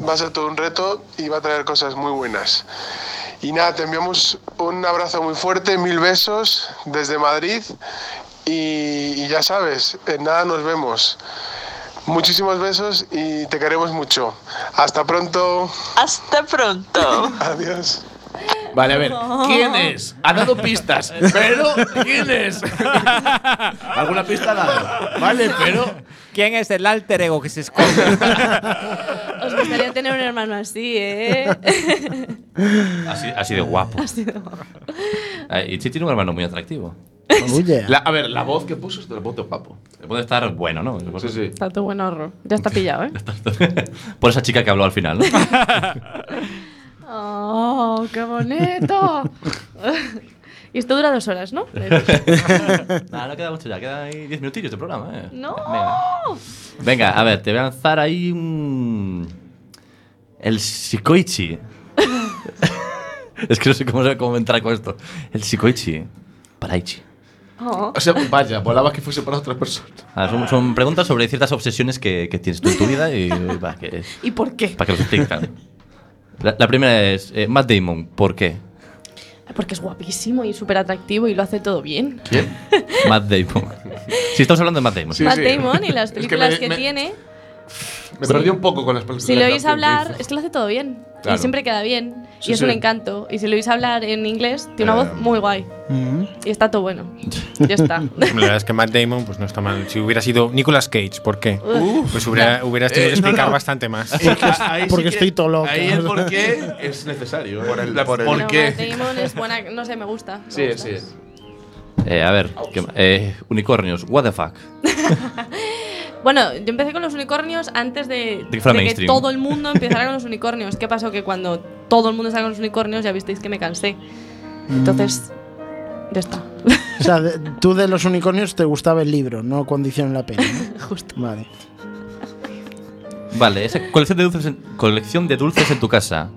S13: va a ser todo un reto y va a traer cosas muy buenas. Y nada, te enviamos un abrazo muy fuerte, mil besos desde Madrid y, y ya sabes, en nada nos vemos. Muchísimos besos y te queremos mucho. Hasta pronto.
S14: Hasta pronto.
S13: Adiós.
S6: Vale, a ver. ¿Quién es? Ha dado pistas, pero ¿quién es? ¿Alguna pista ha dado? Vale, pero.
S12: ¿Quién es el alter ego que se esconde?
S5: Os gustaría tener un hermano así, ¿eh?
S7: Así, así de guapo. Eh, Y sí tiene un hermano muy atractivo.
S10: Oh, yeah.
S6: La- a ver, la voz que puso es de la voz de guapo.
S7: Puede estar bueno, ¿no?
S6: Sí, sí.
S5: Tanto buen ahorro. Ya está pillado, ¿eh?
S7: Por esa chica que habló al final, ¿no?
S5: ¡Oh, qué bonito! y esto dura dos horas, ¿no?
S7: Nada, no queda mucho ya, quedan ahí 10 minutillos de programa, ¿eh?
S5: ¡No!
S7: Venga. Venga, a ver, te voy a lanzar ahí un. El Shikoichi. es que no sé cómo, cómo entrar con esto. El Shikoichi. Paraichi.
S5: Oh.
S6: O sea, vaya, volaba que fuese para otra persona.
S7: Ah, son, son preguntas sobre ciertas obsesiones que, que tienes tú en tu vida y para que,
S5: ¿Y por qué?
S7: para que los expliques. claro. La, la primera es eh, Matt Damon, ¿por qué?
S5: Porque es guapísimo y súper atractivo y lo hace todo bien.
S6: ¿Quién?
S7: Matt Damon. Si estamos hablando de Matt Damon.
S6: Sí,
S5: Matt
S6: sí.
S5: Damon y las
S6: Es que
S5: películas
S6: me-
S5: que
S6: me-
S5: tiene,
S6: Me perdí un poco con las películas.
S5: si
S6: de
S5: lo oís
S6: Captain
S5: hablar,
S6: Brief.
S5: es que lo hace todo bien.
S6: Claro.
S5: Y siempre queda bien.
S6: Sí,
S5: y es
S6: sí.
S5: un encanto. Y si lo oís hablar en inglés, tiene una
S8: Eh.
S5: voz muy guay.
S10: Mm.
S5: Y está todo bueno. Ya está.
S9: La verdad es que Matt Damon pues no está mal. Si hubiera sido Nicolas Cage, ¿por qué? pues hubiera, hubieras tenido
S6: Eh,
S9: que
S6: no,
S9: explicar
S6: no.
S9: bastante más.
S6: Porque, ahí
S10: porque estoy todo loca.
S6: Ahí el por qué es necesario. Por el,
S8: por el-
S5: No,
S6: por
S5: Matt
S6: qué.
S5: Damon es buena, no sé, me gusta. me
S6: Sí,
S5: gusta.
S6: sí.
S7: Eh, a ver, ¿qué más? Eh, unicornios, what the fuck.
S5: Bueno, yo empecé con los unicornios antes de,
S7: que
S5: de
S7: fuera
S5: que
S7: mainstream.
S5: todo el mundo empezara con los unicornios. ¿Qué pasó? Que cuando todo el mundo estaba con los unicornios ya visteis que me cansé. Mm. Entonces, ya está.
S10: O sea, de- tú de los unicornios te gustaba el libro, no cuando hicieron la peli. ¿no?
S5: Justo.
S10: Vale.
S7: Vale, esa colección de dulces en, colección de dulces en tu casa.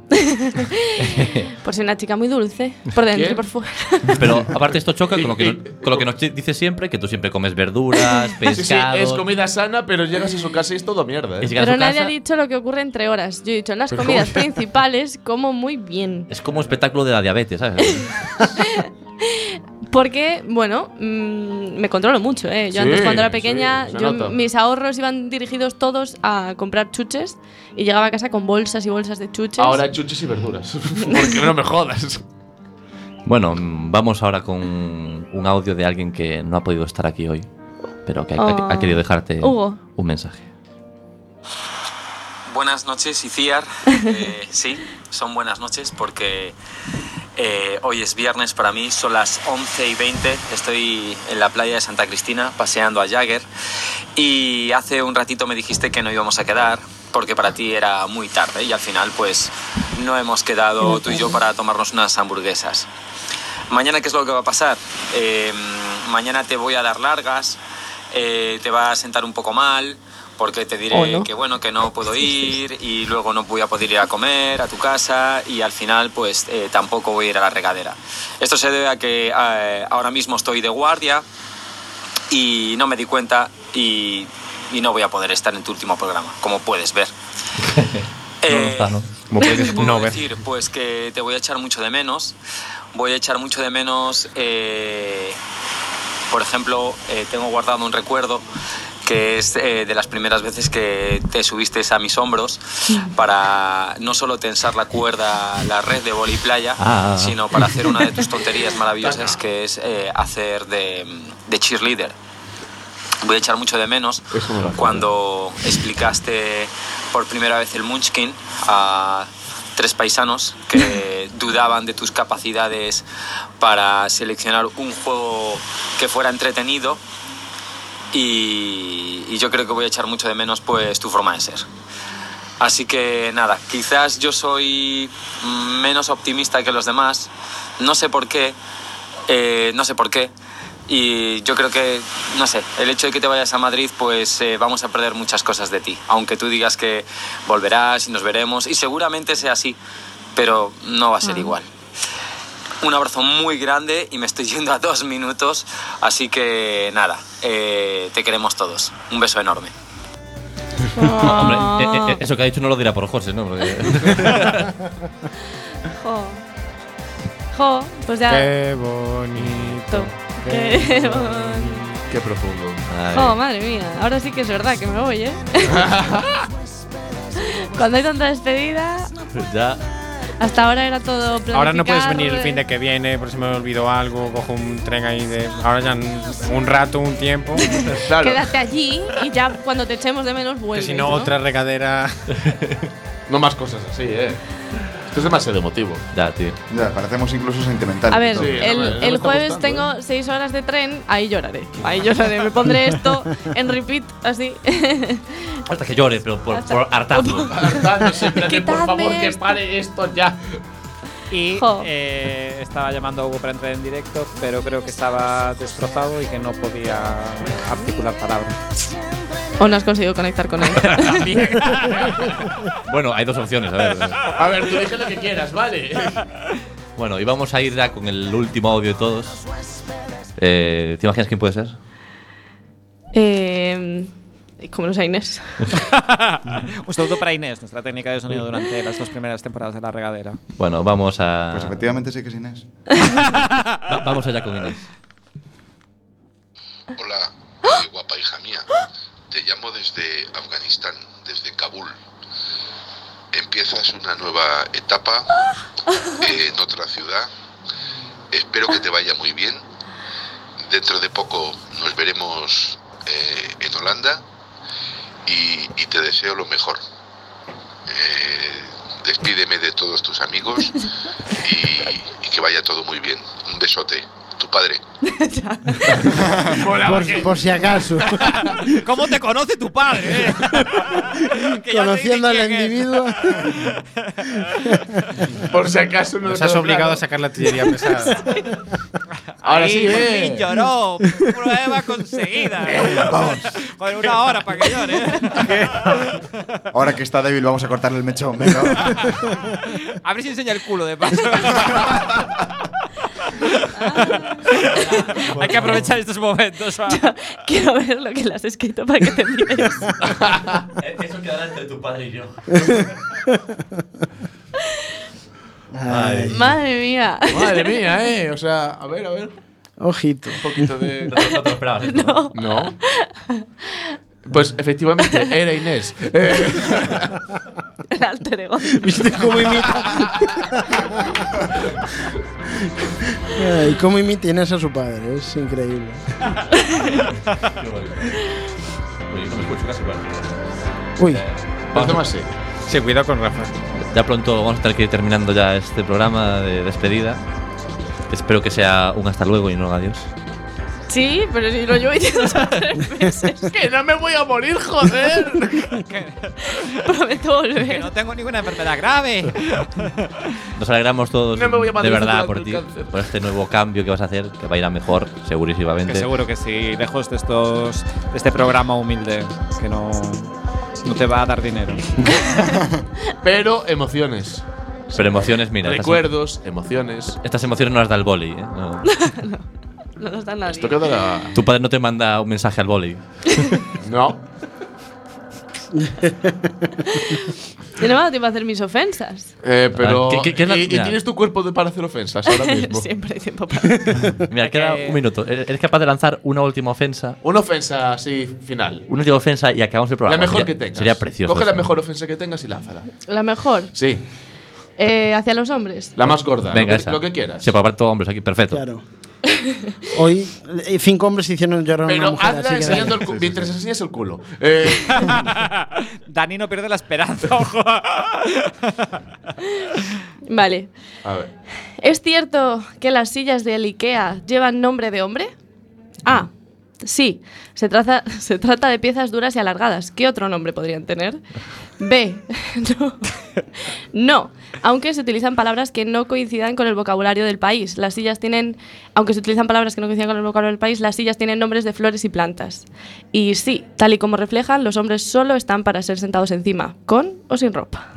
S5: Por ser una chica muy dulce. Por dentro y
S6: ¿Quién?
S5: por fuera.
S7: Pero aparte esto choca con lo que, no- con lo que nos chi- dice siempre, que tú siempre comes verduras,
S6: Sí, sí, es
S7: pescado.
S6: comida sana, pero llegas a su casa y es todo mierda. ¿eh?
S7: y llegar a
S5: Pero
S7: su
S5: nadie ha
S7: casa,
S5: dicho lo que ocurre entre horas. Yo he dicho, en las
S6: Pero
S5: comidas
S6: ¿cómo?
S5: principales como muy bien.
S7: Es como un espectáculo de la diabetes, ¿sabes?
S5: Porque, bueno, mm, me controlo mucho. ¿eh? Yo antes
S6: Sí,
S5: cuando era
S6: sí,
S5: pequeña,
S6: se
S5: yo-
S6: nota.
S5: mis ahorros iban dirigidos todos a comprar chuches y llegaba a casa con bolsas y bolsas de chuches.
S6: Ahora chuches y verduras. Porque no me jodas.
S7: Bueno, mm, vamos ahora con un audio de alguien que no ha podido estar aquí hoy, pero que ha, ha- ha querido dejarte
S5: Ah. Hugo.
S7: un mensaje.
S15: Eh, Buenas noches, Iciar. sí, son buenas noches porque Eh, hoy es viernes para mí, son las 11 y 20. Estoy en la playa de Santa Cristina paseando a Jagger. Y hace un ratito me dijiste que no íbamos a quedar porque para ti era muy tarde y al final pues no hemos quedado tú y yo para tomarnos unas hamburguesas. Mañana, ¿qué es lo que va a pasar? Eh, mañana te voy a dar largas, eh, te va a sentar un poco mal, porque te diré
S16: O no.
S15: que bueno, que no puedo ir y luego no voy a poder ir a comer a tu casa y al final pues eh, tampoco voy a ir a la regadera. Esto se debe a que eh, ahora mismo estoy de guardia y no me di cuenta y, y no voy a poder estar en tu último programa, como puedes ver. Eh,
S9: Como
S15: ¿Qué
S9: puedes
S15: te puedo
S9: no ver.
S15: decir? Pues que te voy a echar mucho de menos. Voy a echar mucho de menos, eh, por ejemplo, eh, tengo guardado un recuerdo que es eh, de las primeras veces que te subiste a mis hombros para no solo tensar la cuerda, la red de boli playa,
S7: Ah.
S15: sino para hacer una de tus tonterías maravillosas que es eh, hacer de, de cheerleader. Voy a echar mucho de menos cuando explicaste por primera vez el Munchkin a tres paisanos que dudaban de tus capacidades para seleccionar un juego que fuera entretenido y, y yo creo que voy a echar mucho de menos pues tu forma de ser. Así que nada, quizás yo soy menos optimista que los demás, no sé por qué, eh, no sé por qué, y yo creo que, no sé, el hecho de que te vayas a Madrid, pues eh, vamos a perder muchas cosas de ti. Aunque tú digas que volverás y nos veremos, y seguramente sea así, pero no va a ser igual. Un abrazo muy grande y me estoy yendo a dos minutos, así que nada, eh, te queremos todos. Un beso enorme.
S7: No,
S5: Ah.
S7: hombre, eh, eh, eso que ha dicho no lo dirá por José, ¿no? Porque-
S5: Jo. Jo, pues ya.
S6: Eh,
S9: Qué bonito.
S5: Qué bonito.
S6: Qué profundo.
S5: Jo, Oh, madre mía. Ahora sí que es verdad que me voy, ¿eh? Cuando hay tanta despedida,
S10: Oh.
S7: ya.
S5: hasta ahora era todo planificar.
S9: Ahora no puedes venir
S10: eh.
S9: el fin de que viene, por si me olvidó algo, cojo un tren ahí de. Ahora ya n- un rato, un tiempo.
S5: Quédate allí y ya cuando te echemos de menos
S9: Que
S5: vuelves,
S9: si no,
S5: ¿no?
S9: otra regadera.
S6: No más cosas así, eh. Esto es demasiado emotivo.
S7: Ya, tío.
S8: Ya, parecemos incluso sentimental.
S5: A ver,
S8: Sí,
S5: el,
S8: no me- no me
S5: el
S8: está
S5: jueves
S8: gustando, ¿eh?
S5: tengo seis horas de tren, ahí lloraré. Ahí lloraré, me pondré esto en repeat, así.
S7: Hasta que llore, pero por,
S5: Hasta-
S7: por hartazgo.
S5: Quitadme esto.
S6: pare esto ya.
S16: Y eh, estaba llamando a Hugo para entrar en directo, pero creo que estaba destrozado y que no podía articular palabras.
S5: O no has conseguido conectar con él.
S7: También. Bueno, hay dos opciones, a ver.
S6: A ver, tú dije lo que quieras, ¿vale?
S7: Bueno, y vamos a ir ya con el último audio de todos. Eh, ¿Te imaginas quién puede ser?
S5: Eh, como no sea Inés.
S16: Un saludo para Inés, nuestra técnica de sonido durante las dos primeras temporadas de La Regadera.
S7: Bueno, vamos a.
S8: Pues efectivamente sí que es Inés.
S7: Va- vamos allá con Inés.
S17: Hola, qué guapa hija mía. Te llamo desde Afganistán, desde Kabul. Empiezas una nueva etapa eh, en otra ciudad. Espero que te vaya muy bien. Dentro de poco nos veremos eh, en Holanda y, y te deseo lo mejor. Eh, despídeme de todos tus amigos y- y que vaya todo muy bien. Un besote. Tu padre.
S10: por, por si acaso.
S16: ¿Cómo te conoce tu padre? eh? Que ya te
S10: Conociendo al
S16: dicen quién es.
S10: individuo.
S6: Por si acaso no
S9: Nos
S6: lo
S9: has
S6: tengo
S9: obligado
S6: claro.
S9: a sacar la artillería pesada.
S6: Ahora
S9: Ahí,
S6: sí,
S9: por
S6: eh.
S9: fin
S16: Lloró, prueba conseguida. Con una hora para que llore. ¿eh?
S8: Ahora que está débil, vamos a cortarle el mechón. venga.
S16: A ver si enseña el culo de paso. Hay que aprovechar estos momentos. va.
S5: Quiero ver lo que le has escrito para que te mires.
S7: Eh, Eso quedará entre tu padre y yo.
S8: Ay.
S5: Madre mía.
S6: Madre mía, eh. O sea, a ver, a ver.
S10: Ojito.
S6: Un poquito de.
S7: No te lo esperabas, esto,
S5: No.
S6: No. Pues efectivamente, era Inés. Eh,
S5: El alter ego.
S10: ¿Viste cómo imita? Ay, cómo imita Inés a su padre, es increíble.
S7: Oye, no me escucho casi Eh, igual.
S10: Uy.
S6: Hacemos así.
S9: Sí, cuidado con Rafa.
S7: Ya pronto vamos a tener que ir terminando ya este programa de despedida. Espero que sea un hasta luego y no un adiós.
S5: Sí, pero si lo llevo diciendo hace tres meses.
S6: que no me voy a morir, joder.
S5: Prometo volver.
S12: Que no tengo ninguna enfermedad grave.
S7: Nos alegramos todos
S12: No me voy a
S7: de
S12: Madrid
S7: verdad
S12: a
S7: por ti,
S12: curar del cáncer.
S7: por este nuevo cambio que vas a hacer, que va a ir a mejor, segurísimamente.
S16: Que seguro que sí, lejos de estos de este programa humilde que no, no te va a dar dinero.
S6: Pero emociones.
S7: Pero emociones, mira. estas-
S6: Recuerdos, emociones.
S7: Estas emociones no las da el boli. ¿eh? No.
S5: No nos dan nadie.
S7: Tu padre no te manda un mensaje al boli.
S6: no.
S5: Yo no me ha dado tiempo a hacer mis ofensas.
S6: Eh, pero.
S7: Ah, ¿Qué- qué- qué es la-
S6: ¿y, y
S7: mira.
S6: tienes tu cuerpo de- para hacer ofensas ahora mismo?
S5: Siempre hay tiempo para.
S7: Mira, queda un minuto. ¿Eres capaz de lanzar una última ofensa?
S6: Una ofensa así final.
S7: Una última ofensa y acabamos el programa.
S6: la mejor
S7: Sería-
S6: que tengas.
S7: Sería precioso.
S6: Coge la mejor ofensa que tengas y lánzala.
S5: La mejor.
S6: Sí,
S5: Eh, hacia los hombres.
S6: la más gorda.
S7: Venga,
S6: lo, que,
S7: esa.
S6: lo que quieras.
S7: Se para todos hombres aquí, perfecto.
S10: Claro. Hoy eh, cinco hombres hicieron llorar a una
S6: Pero
S10: mujer.
S6: hazla
S10: así que
S6: enseñando
S10: dale.
S6: el culo. Mientras enseñas el culo. Eh,
S16: Dani no pierde la esperanza, ojo.
S5: Vale.
S6: a ver.
S5: ¿Es cierto que las sillas del IKEA llevan nombre de hombre? A. Sí. Se, traza- se trata de piezas duras y alargadas. ¿Qué otro nombre podrían tener? B. No. No. Aunque se utilizan palabras que no coincidan con el vocabulario del país. Las sillas tienen. Aunque se utilizan palabras que no coincidan con el vocabulario del país, las sillas tienen nombres de flores y plantas. Y sí, tal y como reflejan, los hombres solo están para ser sentados encima, con o sin ropa.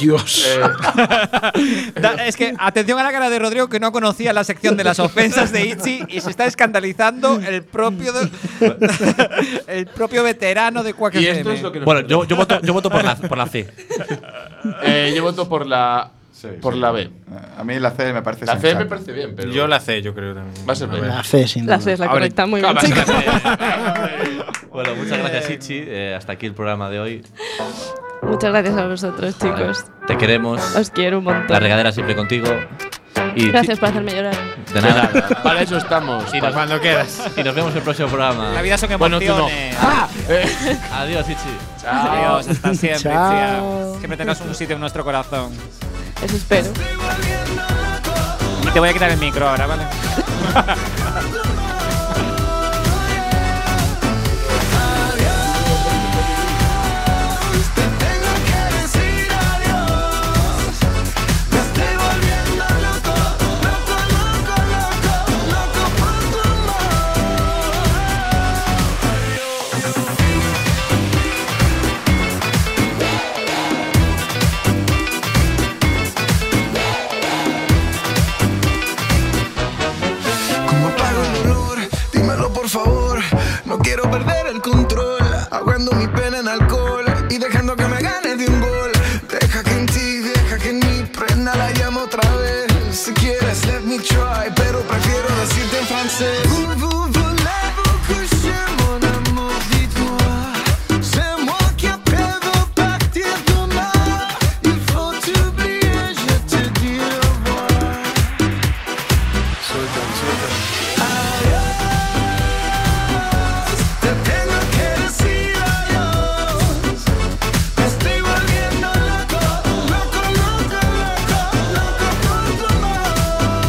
S10: Dios.
S12: Da- es que atención a la cara de Rodrigo que no conocía la sección de las ofensas de Ichi y se está escandalizando el propio de- el propio veterano de Quack
S6: Y
S12: FM.
S6: esto es lo que nos
S7: Bueno, yo, yo voto, yo voto por, la, por la C.
S6: Eh, yo voto por la. por la B.
S8: A mí la C me parece
S6: La C me
S8: sensata.
S6: parece bien, pero.
S9: Yo la C, yo creo también.
S6: Va a ser B.
S10: La C, sin
S5: La C es la
S6: Ahora-
S5: correcta, muy bien.
S6: Claro, va a ser
S5: chicos.
S7: Bueno, muchas gracias, Ichi. Eh, hasta aquí el programa de hoy.
S5: Muchas gracias a vosotros, chicos.
S7: Te queremos.
S5: Os quiero un montón.
S7: La regadera siempre contigo. Y
S5: Gracias por hacerme llorar.
S7: De nada.
S6: Para eso estamos.
S7: Y nos, cuando quieras. Y nos vemos en el próximo programa.
S12: La vida son
S7: Bueno, tú no.
S12: emociones.
S6: Ah.
S7: Adiós, Ichi.
S12: Adiós, hasta siempre,
S10: Chao.
S12: tía. Siempre tengas un sitio en nuestro corazón.
S5: Eso espero.
S12: Y te voy a quitar el micro ahora, ¿vale?
S18: ¿Cómo apago el dolor? Dímelo por favor. No quiero perder el control. Ahogando mi pena en alcohol y dejando que me gane de un gol. Deja que en ti, deja que en mí prenda la llama otra vez. Si quieres, let me try, pero prefiero decirte en francés. Voulez-vous coucher, mon amour, dites-moi. C'est moi qui appelle, veux partir demain. Il faut t'oublier, je te dis au revoir. Suelta, suelta. Te tengo que decir adiós. Me estoy volviendo loco, loco, loco, loco, loco por tu amor.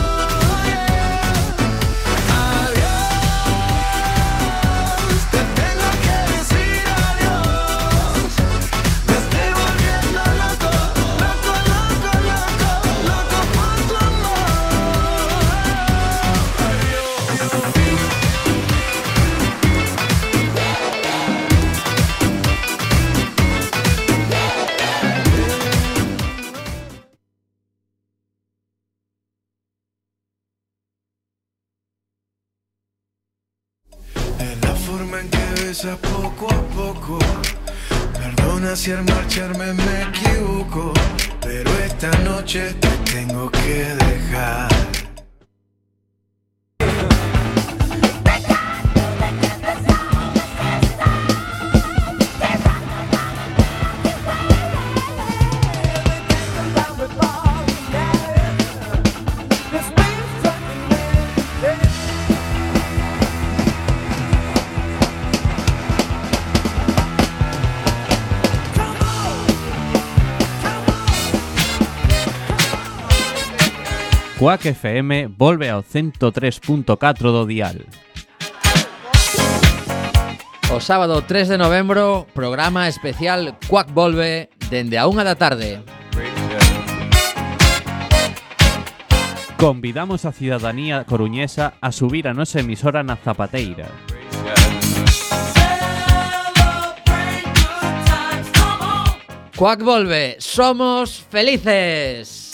S18: Adiós. Te tengo que decir adiós. Me estoy volviendo loco, loco, loco, loco, loco por tu amor. Adiós.
S2: La forma en que besas poco a poco. Perdona si al marcharme me equivoco. Pero esta noche te tengo que dejar.
S18: Come on, come on.
S7: Quack FM volve ao 103.4 do dial.
S15: O sábado 3 de novembro, programa especial Cuac Volve dende a unha da tarde.
S7: Convidamos a ciudadanía coruñesa a subir a nosa emisora na Zapateira.
S15: Cuac Volve, somos felices.